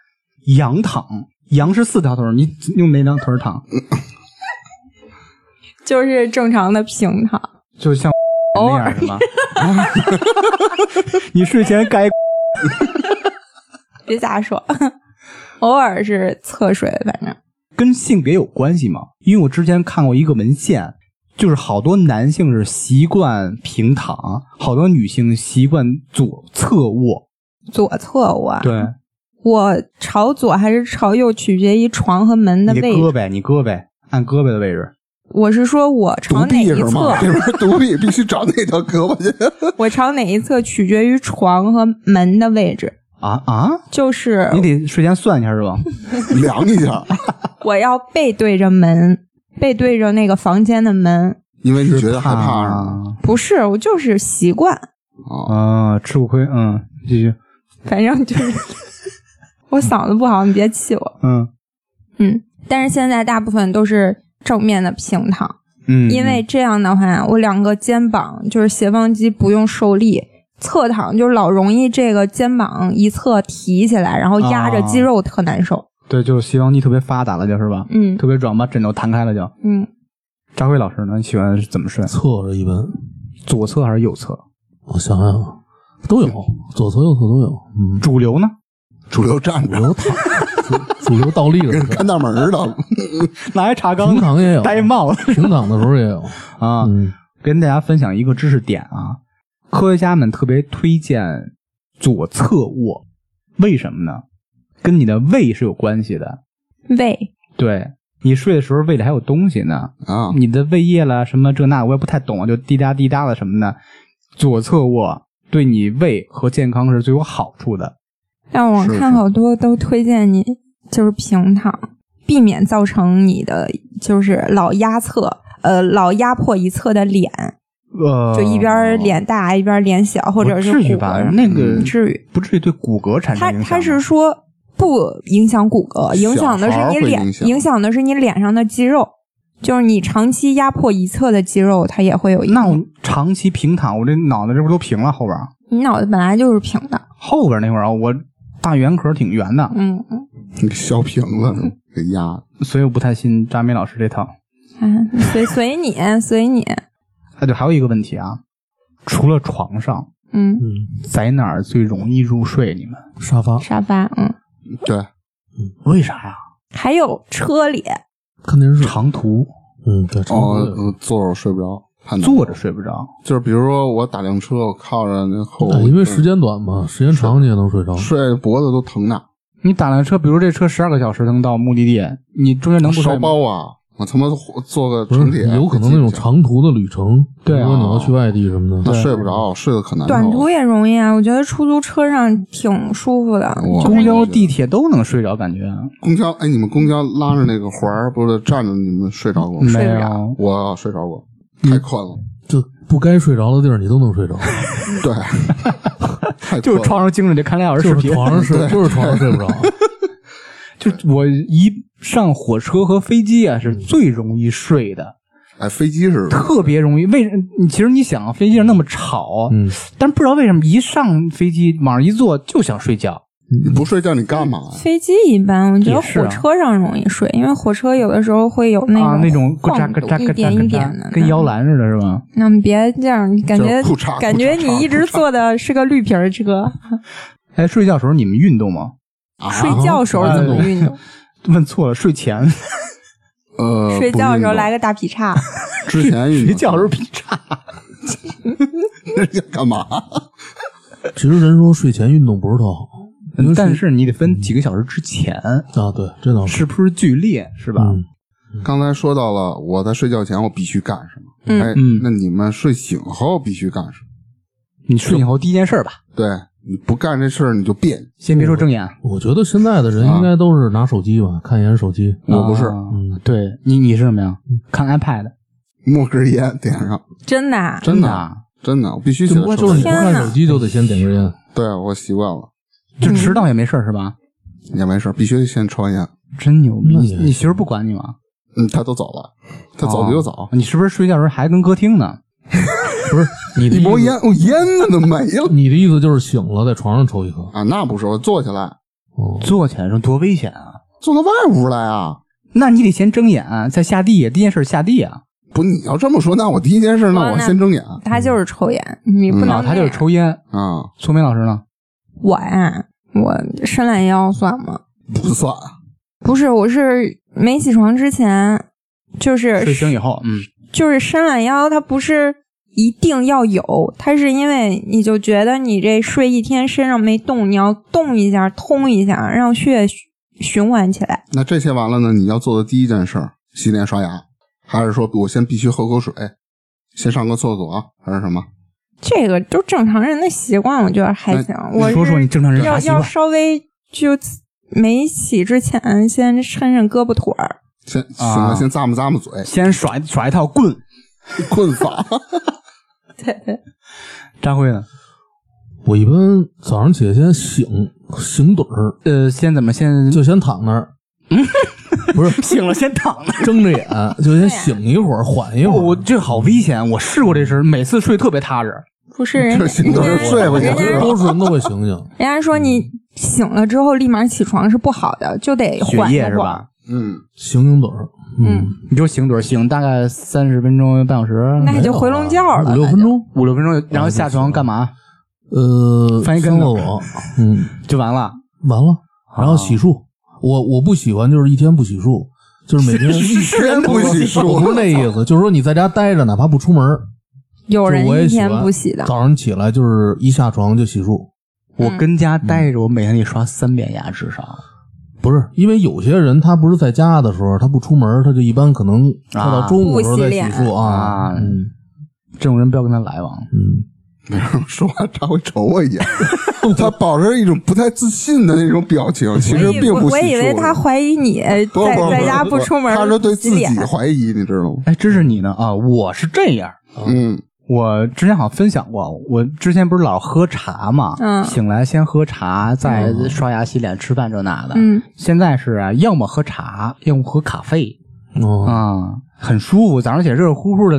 A: 羊躺，羊是四条腿儿，你用哪条腿儿躺？
E: 就是正常的平躺。
A: 就像
E: 偶
A: 那
E: 尔
A: 样是吧？ 你睡前该
E: 别瞎说， 偶尔是侧睡，反正
A: 跟性别有关系吗？因为我之前看过一个文献，就是好多男性是习惯平躺，好多女性习惯左侧卧。啊
E: 左侧我
A: 对，
E: 我朝左还是朝右取决于床和门的
A: 你的
E: 位
A: 胳
E: 置。
A: 膊，你胳膊按胳膊的位置。
E: 我是说我
B: 独
E: 朝哪
B: 臂
E: 一
B: 是
E: 侧
B: 吗？，这边独臂必须找那条胳膊去。
E: 我朝哪一侧取决于床和门的位置。
A: 啊啊！
E: 就是
A: 你得睡前算一下是吧？
B: 量一下，
E: 我要背对着门，背对着那个房间的门。
B: 因为你 觉得害怕是吗？
A: 啊
E: 不是，我就是习惯，
B: 啊，
A: 啊！吃过亏，嗯，继续，
E: 反正就是我嗓子不好，你别气我。
A: 嗯
E: 嗯，但是现在大部分都是正面的平躺。
A: 嗯，
E: 因为这样的话，我两个肩膀就是斜方肌不用受力，侧躺就老容易这个肩膀一侧提起来，然后压
A: 啊
E: 着肌肉特难受。
A: 对，就是斜方肌特别发达了，就是吧？
E: 嗯
A: 特别软，把枕头弹开了就。
E: 嗯，
A: 扎辉老师呢？你喜欢怎么睡？
C: 侧着一般，
A: 左侧还是右侧？
C: 我想想啊，都有左侧右侧都有，嗯，
A: 主流呢？
B: 主流站 着，
C: 主流倒立着睡，
B: 看大门儿的，
A: 拿一茶
C: 平
A: 缸，
C: 躺也有，啊
A: 戴一帽子
C: 平躺的时候也有，
A: 啊。
C: 嗯，
A: 跟大家分享一个知识点啊，科学家们特别推荐左侧卧，为什么呢？跟你的胃是有关系的。
E: 胃
A: 对你睡的时候，胃里还有东西呢，
B: 啊，
A: 你的胃液啦什么这那，我也不太懂啊，就滴答滴答的什么的。左侧卧对你胃和健康是最有好处的。
E: 但我看好多都推荐你就是平躺，避免造成你的就是老压侧，呃，老压迫一侧的脸，
A: 呃，
E: 就一边脸大一边脸小，或者是
A: 不至
E: 骨
A: 于
E: 骼
A: 吧？
E: 上
A: 那个
E: 不至于。
A: 不至于对骨骼产生
E: 他
A: 影响吧。
E: 他是说不影响骨骼，影响的是你
B: 小孩儿
E: 脸
B: 会影，响
E: 影响的是你脸上的肌肉，就是你长期压迫一侧的肌肉，它也会有影
A: 那我
E: 响。
A: 长期平躺，我这脑袋这不都平了后边儿？
E: 你脑袋本来就是平的，
A: 后边那会儿啊，我大圆壳挺圆的，
E: 嗯，嗯
B: 小瓶子，给压的。
A: 所以我不太信扎米老师这套。
E: 哎，随随你，随你，
A: 那就还有一个问题啊，除了床上，
E: 嗯，
C: 嗯，
A: 在哪儿最容易入睡？你们
C: 沙发
E: 沙发，嗯，
B: 对，
A: 为啥呀？
E: 还有车里，
C: 看电视，
A: 长途
C: 嗯，对，长
B: 哦
C: 途，也
B: 嗯坐着睡不着，判断
A: 坐着睡不着，
B: 就是比如说我打辆车，我靠着那后
C: 哎，因为时间短嘛，时间长你也能睡着。
B: 睡脖子都疼呢，
A: 你打辆车，比如这车十二个小时能到目的地，你中间能不
B: 烧
A: 睡吗？
B: 包啊！我他妈坐个
C: 不
B: 城铁
C: 是，，嗯有可能那种长途的旅程，
A: 对啊
C: 比如说你要去外地什么
B: 那
C: 的，
B: 睡不着，睡得可难受了。
E: 短途也容易啊。我觉得出租车上挺舒服的，
B: 我
A: 公交、地铁都能睡着，感觉
B: 公交，哎，你们公交拉着那个环儿，不是站着，你们睡着过吗？
A: 没
E: 睡不
A: 有。
B: 我睡着过，
E: 嗯
B: 太困了。
C: 就不该睡着的地儿你都 能睡着，
B: 对，太
A: 就
B: 困
A: 是
B: 了
A: 床上精神，得看俩小时
C: 就
A: 视
C: 是
A: 频。
C: 床上睡，就是床上 睡不着。
A: 就是我一上火车和飞机啊，是最容易睡的，
B: 哎，飞机似的，
A: 特别容易。为你其实你想，飞机上那么吵，
C: 嗯，
A: 但不知道为什么一上飞机往上一坐就想睡觉。
B: 你不睡觉你干嘛呀？
E: 飞机一般，我觉得
A: 也是啊
E: 火车上容易睡，因为火车有的时候会有那种、
A: 啊，那种咯
E: 晃
A: 吱咯
E: 动
A: 吱咯
E: 一点
A: 吱咯
E: 一点的嗯
A: 吱，，跟摇。篮似的，是吧？
E: 那你别这样，感
B: 就是
E: 觉
B: 裤衩
E: 感觉
B: 裤衩
E: 你一直坐的是个绿皮儿 车。
A: 哎，睡觉时候你们运动吗？
B: 啊
E: 睡觉时候
A: 哎
E: 怎么运动？
A: 问错了，睡前
B: 呃，
E: 睡觉的时候来
B: 个
E: 个大劈叉，
B: 之前运动
A: 睡觉时候劈叉。
B: 呃干 嘛？
C: 其实人说睡前运动不是特好
A: 但是你得分几个小时之前，
C: 啊，对，这倒是
A: 是不是剧烈，是吧？
C: 嗯
B: 刚才说到了，我在睡觉前我必须干什么？
E: 嗯
B: 哎
A: 嗯，
B: 那你们睡醒后必须干什么？
A: 你睡醒后第一件事儿吧，
B: 对，你不干这事儿你就别扭。
A: 先别说睁眼，
C: 我觉得现在的人应该都是拿手机吧，看一眼手机。
B: 啊我不是
A: 啊
C: 嗯
A: 对你，你是什么呀？看 iPad，
B: 摸根烟点上，
E: 真的啊。
B: 真的
A: 啊
B: 真的，我必须起
C: 就
B: 来
C: 不过
B: 抽
C: 就是你不
B: 烟
C: 看手机就得先点根烟，
B: 对我习惯了，
A: 啊就迟到也没事儿是吧？
B: 也没事，必须先抽完烟。
A: 真牛逼！
C: 那
A: 你
C: 也
A: 你媳妇儿不管你吗？
B: 嗯，他都走了，他走的就走
A: 哦，你是不是睡觉时候还跟歌厅呢？
C: 不是你的
B: 一
C: 意
B: 包
C: 思
B: 烟，我烟呢都没了
C: 你的意思就是醒了在床上抽一颗？
B: 啊！那不是，我坐起来，
C: 哦，
A: 坐起来的时候多危险啊！
B: 坐到外屋来啊！
A: 那你得先睁眼，再下地，第一件事下地啊。
B: 不，你要这么说，那我第一件事，那
E: 哦
B: 我
E: 那
B: 先睁眼
E: 他就是抽烟，你不能那
A: 啊，
E: 样、
A: 他就是抽烟。
B: 啊，
A: 聪明老师呢？
E: 我呀，我伸懒腰算吗？
B: 不算。
E: 不是，我是没起床之前，哎就是
A: 睡醒以后，嗯，
E: 就是伸懒腰，它不是一定要有，它是因为你就觉得你这睡一天身上没动，你要动一下，通一下，让血循循环起来。
B: 那这些完了呢？你要做的第一件事，洗脸刷牙，还是说我先必须喝口水，先上个厕所，啊还是什么？
E: 这个都正常人的习惯，我觉得还行。我是
A: 说说你正常人
E: 要
A: 啥习
E: 要
A: 惯？
E: 稍微就没起之前，先抻抻胳膊腿儿，
B: 先行
A: 啊
B: 了，先咂摸咂摸 嘴，
A: 先耍耍一套棍。
B: 棍法。
A: 扎辉呢？
C: 我一般早上起来先醒醒盹儿，
A: 呃，先怎么先
C: 就先躺那儿，不是
A: 醒了先躺着。
C: 睁着眼就
A: 啊
C: 先醒一会儿，缓一会
B: 哦
A: 我我
C: 儿。
A: 这好危险，我试过这事，每次睡特别踏实。
E: 不是人家
B: 这
A: 嗯
B: 行
E: 人
B: 都
E: 家
B: 是睡过去
E: 人家
B: 了
E: 人
C: 多数人都会醒醒，
E: 家说你醒了之后立马起床是不好的，就得
A: 血
E: 缓一
A: 液是
E: 会儿。
A: 吧？
B: 嗯，
C: 醒醒盹儿，
E: 嗯，
A: 你就醒盹儿，醒大概三十分钟、半小时，
E: 那就回笼觉了
C: 五六分钟，
A: 五六分钟，然后下床干嘛？
C: 呃，
A: 翻一跟
C: 上厕
A: 头啊
C: 所，嗯，
A: 就完了。
C: 完了，然后洗漱。我我不喜欢就是一天不洗漱，就是每天
A: 一 天
B: 不洗漱
C: 我不是那意思，就是说你在家待着，哪怕不出门儿，
E: 有人
C: 就我也
E: 一
C: 喜欢
E: 天不洗的，
C: 早上起来就是一下床就洗漱。
A: 我跟家待着，我每天得刷三遍牙，至少。
C: 不是，因为有些人他不是在家的时候，他不出门儿，他就一般可能快到中午的时候再洗漱啊
A: 啊。
C: 嗯
A: 这种人不要跟他来往。
C: 嗯，
B: 说完他会瞅我一 眼，他保持一种不太自信的那种表情，其实并不洗
E: 我我以为
B: 漱
E: 他怀疑你在
B: 不不不
E: 在家
B: 不
E: 出门，
B: 他说对自己
E: 洗脸
B: 怀疑，你知道吗？
A: 哎，这是你呢啊！我是这样，
B: 嗯，
A: 我之前好像分享过，我之前不是老喝茶嘛，
E: 嗯
A: 醒来先喝茶，再刷牙、洗脸、吃饭这那的。
E: 嗯，
A: 现在是啊，要么喝茶，要么喝咖啡啊
C: 哦，
A: 啊、很舒服。早上起来热乎乎的，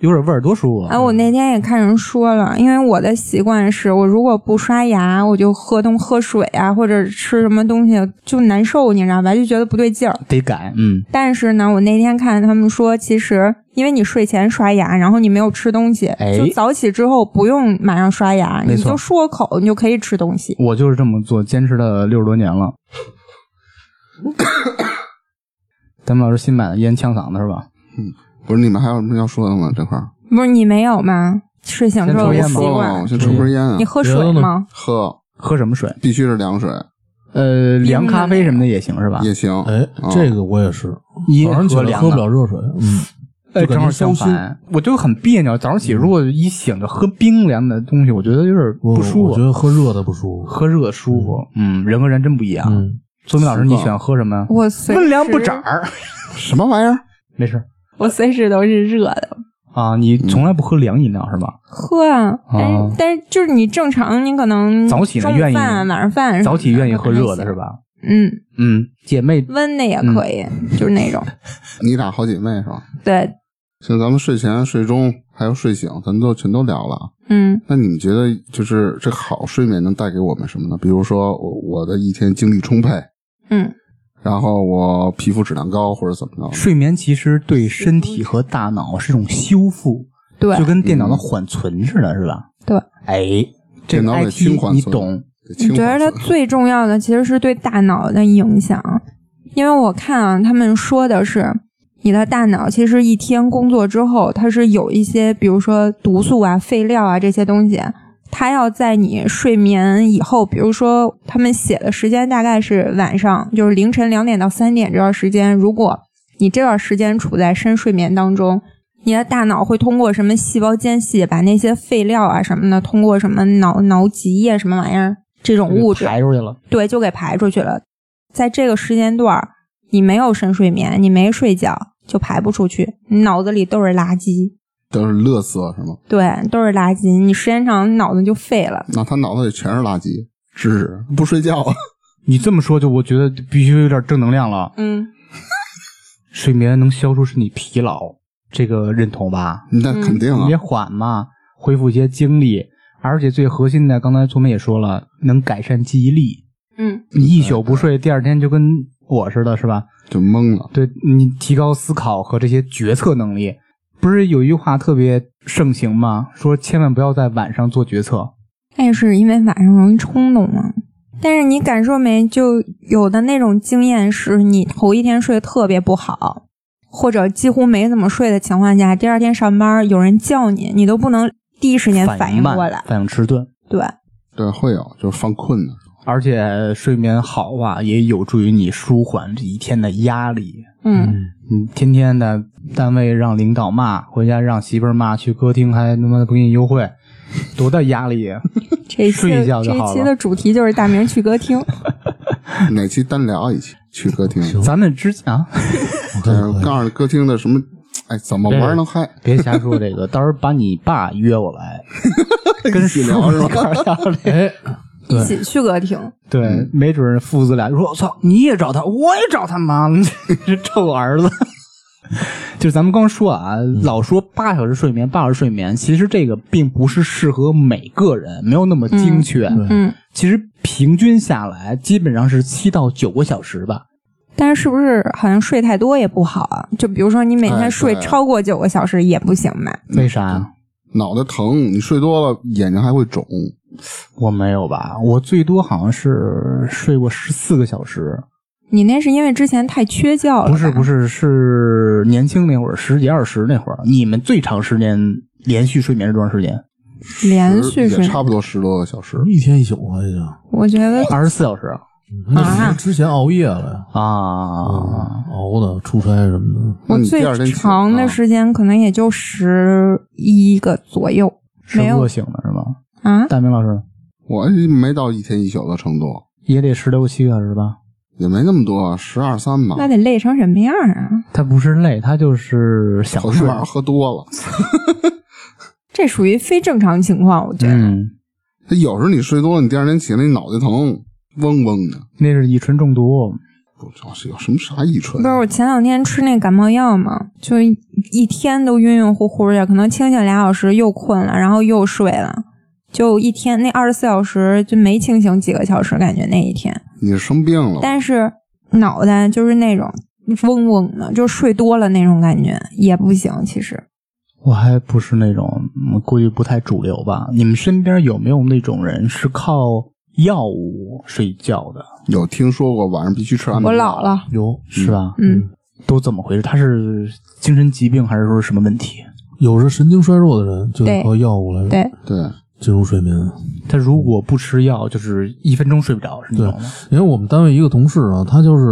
A: 有点味儿，多舒服
E: 哎，我那天也看人说了，因为我的习惯是我如果不刷牙，我就喝东喝水啊，或者吃什么东西就难受，你知道吧？就觉得不对劲儿。
A: 得改，嗯，
E: 但是呢，我那天看他们说，其实因为你睡前刷牙，然后你没有吃东西，
A: 哎
E: 就早起之后不用马上刷牙，
A: 没
E: 你
A: 错
E: 就漱口，你就可以吃东西。
A: 我就是这么做，坚持了六十多年了。咱们老师新买的烟呛嗓子是吧？
B: 不是你们还有什么要说的吗？这块儿
E: 不是你没有吗？睡醒之后
A: 先抽烟吧
E: 的习
B: 说了吗？
E: 惯
B: 我，先抽根烟啊
E: 你，喝
C: 别
E: 水
C: 的呢
E: 吗？
B: 喝
A: 喝什么水？
B: 必须是凉水
E: 啊
A: 呃，凉咖啡什么的也行是吧？
B: 也行。
C: 哎，这个我也是，
A: 你也
C: 早上起
A: 喝
C: 来
A: 凉
C: 喝
A: 的
C: 不了热水，嗯，
A: 哎，
C: 就感
A: 正
C: 觉
A: 好相
C: 消
A: 反，我就很别扭。早上起如果一醒就喝冰凉的东西，我觉得有点
C: 我
A: 不舒
C: 我觉
A: 服。
C: 得喝热的不舒服。
A: 喝热舒服，嗯，人和人真不一样。
C: 嗯，
A: 宗明老师，你喜欢喝什么呀？
E: 我随
A: 温凉不
E: 时
A: 涨儿，
B: 什么玩意儿？
A: 没事
E: 我随时都是热的。
A: 啊。你从来不喝凉饮料是吧？
E: 喝啊，但是、
A: 哦
E: 但是就是你正常，你可能
A: 早起呢
E: 中午
A: 愿意
E: 饭啊、晚上饭什么的
A: 早起愿意喝热的
E: 可能还
A: 是
E: 行？
A: 吧？
E: 嗯，
A: 嗯，姐妹
E: 温的也可以，
A: 嗯
E: 就是那种
B: 你俩好姐妹是吧？
E: 对，
B: 像咱们睡前、睡中还有睡醒，咱们都全都聊了。啊
E: 嗯
B: 那你们觉得就是这好睡眠能带给我们什么呢？比如说我我的一天精力充沛，
E: 嗯，
B: 然后我皮肤质量高或者怎么着？
A: 睡眠其实对身体和大脑是一种修复，
E: 嗯对
A: 就，跟电脑的缓存似的，是吧？
E: 对。
A: 哎，这
B: 电
A: 个
B: 脑得
A: IT
B: 轻缓
A: 你
B: 存
A: 懂？
B: 得
E: 你
B: 清
E: 觉
B: 缓
E: 得它
B: 存
E: 最重要的其实是对大脑的影响，因为我看啊，他们说的是你的大脑其实一天工作之后，它是有一些比如说毒素啊、废料啊这些东西，它要在你睡眠以后，比如说他们写的时间大概是晚上，就是凌晨两点到三点这段时间，如果你这段时间处在深睡眠当中，你的大脑会通过什么细胞间隙把那些废料啊什么的，通过什么脑脑脊液什么玩意儿这种物质，
A: 排出去了，
E: 对，就给排出去了。在这个时间段儿，你没有深睡眠，你没睡觉，就排不出去，你脑子里都是垃圾，
B: 都是乐色是吗？
E: 对，都是垃圾。你时间长，你脑子就废了。
B: 那他脑子里全是垃圾，知识不睡觉啊？
A: 你这么说就我觉得必须有点正能量了。
E: 嗯，
A: 睡眠能消除身体疲劳，这个认同吧？
B: 那
E: 嗯
B: 肯定啊
A: 你也，缓嘛，恢复一些精力，而且最核心的，刚才聪明也说了，能改善记忆力。
E: 嗯，
A: 你一宿不睡，第二天就跟我似的，是吧？
B: 就懵了。
A: 对你提高思考和这些决策能力。不是有一句话特别盛行吗？说千万不要在晚上做决策。
E: 那是因为晚上容易冲动嘛。但是你感受没？就有的那种经验是，你头一天睡得特别不好，或者几乎没怎么睡的情况下，第二天上班有人叫你，你都不能第一时间反
A: 应
E: 应
A: 慢
E: 过来。
A: 反应迟钝，
E: 对，
B: 对，会有就是犯困的时候。
A: 而且睡眠好啊，也有助于你舒缓这一天的压力。
E: 嗯，
A: 你天天的单位让领导骂，回家让媳妇儿骂，去歌厅还他妈的不给你优惠，多大压力啊！
E: 这一期
A: 睡一觉
E: 的
A: 就
E: 这一
A: 好
E: 期
A: 了
E: 的主题就是大明去歌厅。
B: 哪期单聊一期去歌厅？
A: 咱们之前啊，
C: 我看
B: 对，我
C: 看
B: 告诉你歌厅的什么，哎，怎么玩能嗨？
A: 别瞎说这个，到时候把你爸约我 来，跟
B: 一起聊是吧
A: 一块儿聊这个。
E: 一起去歌厅。
A: 对，没准儿父子俩说：“我操，你也找他，我也找他妈， 这臭儿子。”就是咱们刚说啊，老说八小时睡眠，八小时睡眠，其实这个并不是适合每个人，没有那么精确。
E: 嗯，
A: 其实平均下来，基本上是七到九个小时吧。
E: 但是是不是好像睡太多也不好啊？就比如说你每
B: 哎
E: 天睡
B: 对
E: 超过九个小时也不行吧？
A: 为啥呀？
B: 脑袋疼，你睡多了眼睛还会肿。
A: 我没有吧，我最多好像是睡过十四个小时。
E: 你那是因为之前太缺觉了。
A: 不是不，是，是年轻那会儿，十几二十那会儿。你们最长时间连续睡眠是多长时间？
E: 连续
B: 也
E: 睡，
B: 差不多十多个小时。
C: 一天一宿啊，已经。
E: 我觉得
A: 二十四小时啊
C: 那是之前熬夜了呀，嗯
A: 啊！
C: 熬的出差什么的。
E: 我
B: 那你
E: 最
B: 第二天起啊
E: 长的时间可能也就十一个左右，
A: 是
E: 没有
A: 饿醒的是吧？
E: 啊，
A: 大明老师
B: 我没到一天一宿的程度，
A: 也得十六七个小时吧？
B: 也没那么多，啊十二三吧
E: 那。得累成什么样啊？
A: 他不是累，他就是想
B: 昨天
A: 睡
B: 晚。上喝多了，
E: 这属于非正常情况，我觉得。
A: 嗯，
B: 有时候你睡多了，你第二天起来你脑袋疼，嗡嗡的。
A: 那是乙醇中毒。
B: 不知道是有什么啥遗传
E: 不是，我前两天吃那感冒药嘛，就一一天都晕晕乎乎的，可能清醒俩小时又困了，然后又睡了，就一天那二十四小时就没清醒几个小时，感觉那一天。
B: 你是生病了，
E: 但是脑袋就是那种嗡嗡的，就睡多了那种感觉也不行。其实
A: 我还不是那种，嗯估计不太主流吧。你们身边有没有那种人是靠药物睡觉的？
B: 有听说过晚上必须吃安眠
E: 我
B: 药？
E: 老了，
A: 有是吧？
E: 嗯，
A: 都怎么回事？他是精神疾病还是说什么问题？
C: 有是神经衰弱的人就得
E: 对
C: 靠药物来
E: 对，
B: 对，
C: 进入睡眠。
A: 他如果不吃药，就是一分钟睡不着，是那种的。
C: 因为我们单位一个同事啊，他就是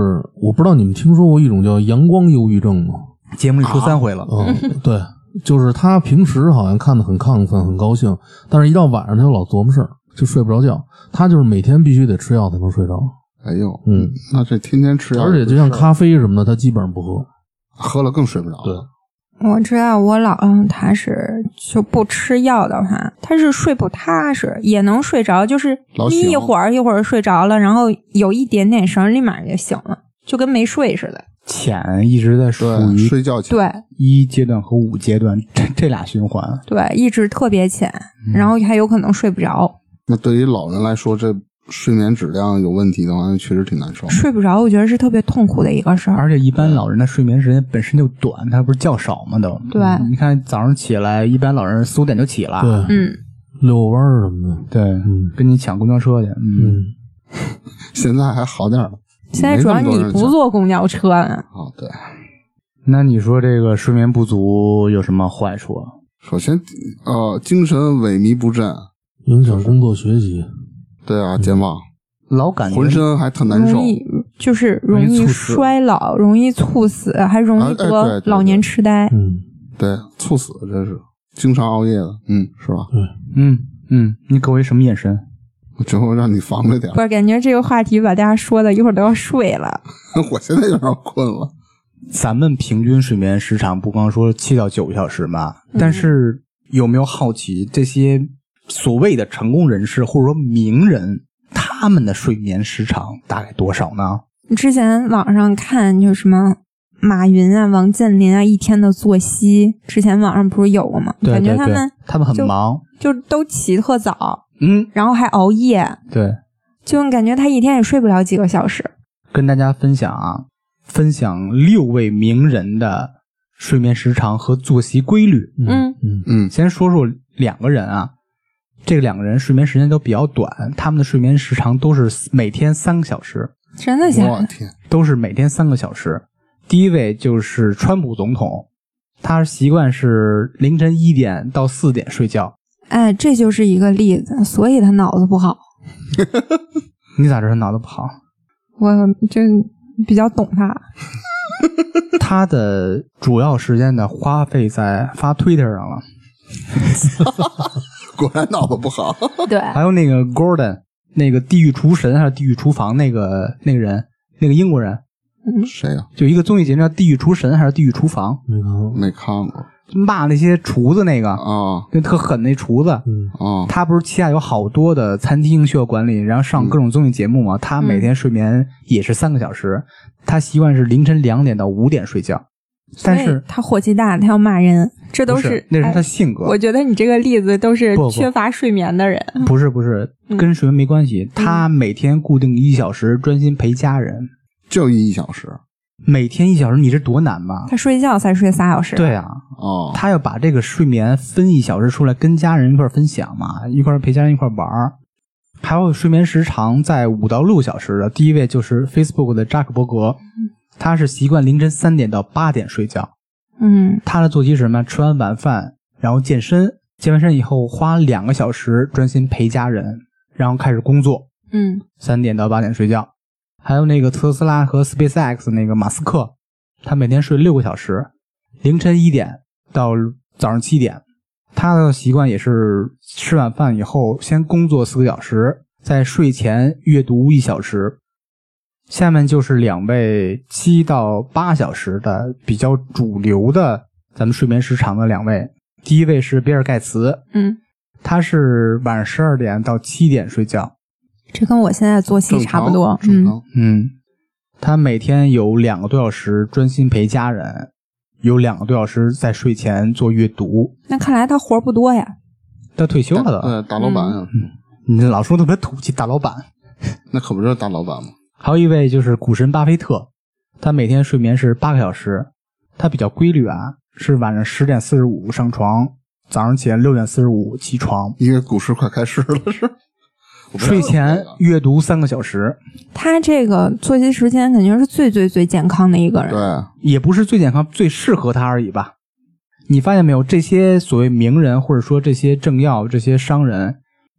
C: 我不知道你们听说过一种叫阳光忧郁症吗？
A: 节目里
E: 啊
A: 说三回了，
C: 嗯，对，就是他平时好像看的很亢奋、很高兴，但是一到晚上他就老琢磨事儿，就睡不着觉。他就是每天必须得吃药才能睡着。
B: 哎呦，
C: 嗯，啊
B: 那这天天吃药，
C: 而且就像咖啡什么的，他基本上不喝。
B: 喝了更睡不着。
C: 啊对，
E: 我知道我老公他是就不吃药的话，他是睡不踏实，也能睡着，就是
B: 老
E: 眯一
B: 醒
E: 会儿一会儿睡着了，然后有一点点声儿，立马就醒了，就跟没睡似的。
A: 浅一直在属
B: 对，
A: 于
B: 睡觉前
E: 对
A: 一阶段和五阶段这这俩循环。
E: 对，一直特别浅，
B: 嗯
E: 然后还有可能睡不着，
B: 那对于老人来说，这睡眠质量有问题的话，那确实挺难受。
E: 睡不着，我觉得是特别痛苦的一个事儿。
A: 而且一般老人的睡眠时间本身就短，他不是觉少吗？都
E: 对
A: 嗯你看早上起来，一般老人四五点就起了，
C: 对，
E: 嗯，
C: 遛个弯儿什么的。
A: 对，
C: 嗯
A: 跟你抢公交车去，嗯，
C: 嗯，
B: 现在还好点儿了，
E: 现在主要
B: 没那
E: 你
B: 么多人
E: 不
B: 抢
E: 坐公交车了，
B: 啊。对，
A: 那你说这个睡眠不足有什么坏处啊？
B: 首先呃，精神萎靡不振，
C: 影响工作学习。
B: 对啊，健忘，
A: 老嗯感觉
B: 浑身还特难受
E: 容。易就是容
A: 容易
E: 易
A: 猝死
E: 衰老，容易猝死，还容
B: 哎
E: 易
B: 哎对
E: 得
B: 对对
E: 老年痴呆。
C: 嗯，
B: 对，猝死这是经常熬夜的，嗯，是吧？
A: 嗯嗯，你给我一什么眼神？
B: 我最后让你防着点儿
E: 不，是，感觉这个话题把大家说的一会儿都要睡了。
B: 我现在有点困了。
A: 咱们平均睡眠时长不光说七到九个小时嘛，
E: 嗯
A: 但是有没有好奇这些所谓的成功人士或者说名人，他们的睡眠时长大概多少呢？
E: 之前网上看就什么马云啊、王健林啊一天的作息，之前网上不是有过吗？
A: 对
E: 感觉
A: 对
E: 他
A: 对
E: 们
A: 他们很
E: 就
A: 忙，
E: 就都起特早，
A: 嗯，
E: 然后还熬夜，
A: 对，
E: 就感觉他一天也睡不了几个小时。
A: 跟大家分享啊，分享六位名人的睡眠时长和作息规律。
E: 嗯，
B: 嗯，
A: 先说说两个人啊，这两个人睡眠时间都比较短，他们的睡眠时长都是每天三个小时，
E: 真的假
B: 我
E: 的？
B: 天，
A: 都是每天三个小时。第一位就是川普总统，他习惯是凌晨一点到四点睡觉。
E: 哎，这就是一个例子，所以他脑子不好。
A: 你咋知道他脑子不好？
E: 我就比较懂他。
A: 他的主要时间呢花费在发 Twitter 上了，
B: 果然脑子不好。
E: 对，
A: 还有那个 Gordon，那个地狱厨神还是地狱厨房那个那个人，那个英国人，
E: 嗯
B: 谁呀、
A: 就一个综艺节目叫《地狱厨神》还是《地狱厨房》，
C: 没看过。
B: 没看过
A: 骂那些厨子那个，
B: 啊
A: 就特狠那厨子。
C: 嗯，
B: 啊！
A: 他不是旗下有好多的餐厅需要管理，然后上各种综艺节目嘛。他每
E: 嗯
A: 天睡眠也是三个小时，他习惯是凌晨两点到五点睡觉。但
E: 所以
A: 是
E: 他火气大，他要骂人，这都
A: 不是那是他
E: 哎
A: 性格，
E: 我觉得你这个例子都是
A: 不不
E: 缺乏睡眠的人。
A: 不是不是
E: 嗯
A: 跟睡眠没关系。他每天固定一小时专心陪家人，
B: 就一小时
A: 每天一小时，你这多难嘛？
E: 他睡觉才睡仨小时。，
A: 对啊，
B: 啊，
A: 他要把这个睡眠分一小时出来跟家人一块儿分享嘛，一块儿陪家人一块儿玩儿。还有睡眠时长在五到六小时的，第一位就是 Facebook 的扎克伯格，他是习惯凌晨三点到八点睡觉。
E: 嗯，
A: 他的作息是什么？吃完晚饭，然后健身，健完身以后花两个小时专心陪家人，然后开始工作，
E: 嗯，
A: 三点到八点睡觉。还有那个特斯拉和 SpaceX 那个马斯克，他每天睡六个小时，凌晨一点到早上七点。他的习惯也是吃晚饭以后先工作四个小时，在睡前阅读一小时。下面就是两位七到八小时的比较主流的咱们睡眠时长的两位，第一位是比尔盖茨，
E: 嗯，
A: 他是晚上十二点到七点睡觉，
E: 这跟我现在作息
B: 正
E: 差
B: 常
E: 不多。嗯
B: 正常
A: 嗯，他每天有两个多小时专心陪家人，有两个多小时在睡前做阅读。
E: 那看来他活儿不多呀。
A: 他退休了都，
B: 对，呃大老板呀，
E: 嗯
A: 你老说特别土气，大老板。
B: 那可不就是大老板吗？
A: 还有一位就是股神巴菲特，他每天睡眠是八个小时，他比较规律啊，是晚上十点四十五上床，早上起来六点四十五起床，
B: 因为股市快开市了，是。我不知道
A: 睡前阅读三个小时，
E: 他这个作息时间肯定是最最最健康的一个人。
B: 对，啊
A: 也不是最健康、最适合他而已吧。你发现没有，这些所谓名人或者说这些政要、这些商人，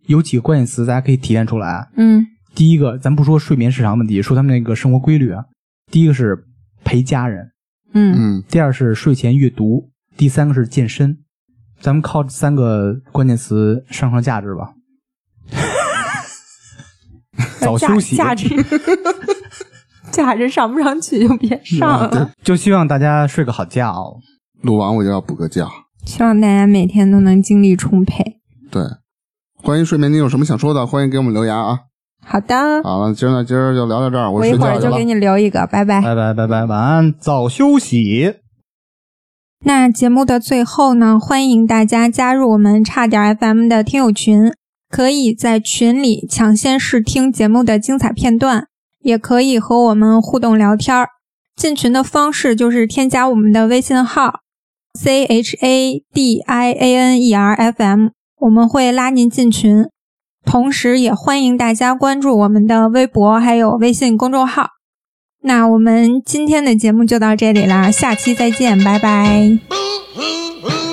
A: 有几个关键词大家可以提炼出来啊。
E: 嗯
A: 第一个，咱不说睡眠时长问题，说他们那个生活规律啊。第一个是陪家人，
E: 嗯
B: 嗯，
A: 第二是睡前阅读，第三个是健身。咱们靠这三个关键词上上价值吧。早
E: 价
A: 休息，
E: 价 值价值上不上去就
B: 嗯
E: 别 上了。
A: 就希望大家睡个好觉。
B: 录完我就要补个觉。
E: 希望大家每天都能精力充沛。
B: 对，关于睡眠，你有什么想说的？欢迎给我们留言啊！
E: 好的，
B: 好了，今儿呢，今儿就聊到这儿，我
E: 一
B: 睡
E: 会
B: 觉
E: 儿
B: 去
E: 就
B: 了
E: 给。你留一个，拜拜。
A: 拜拜拜拜，晚安，早休息。
E: 那节目的最后呢，欢迎大家加入我们差点 FM 的听友群，可以在群里抢先试听节目的精彩片段，也可以和我们互动聊天儿。进群的方式就是添加我们的微信号 c h a d i a n e r f m，我们会拉您进群。同时，也欢迎大家关注我们的微博还有微信公众号。那我们今天的节目就到这里啦，下期再见，拜拜。
D: Boo hoo hoo.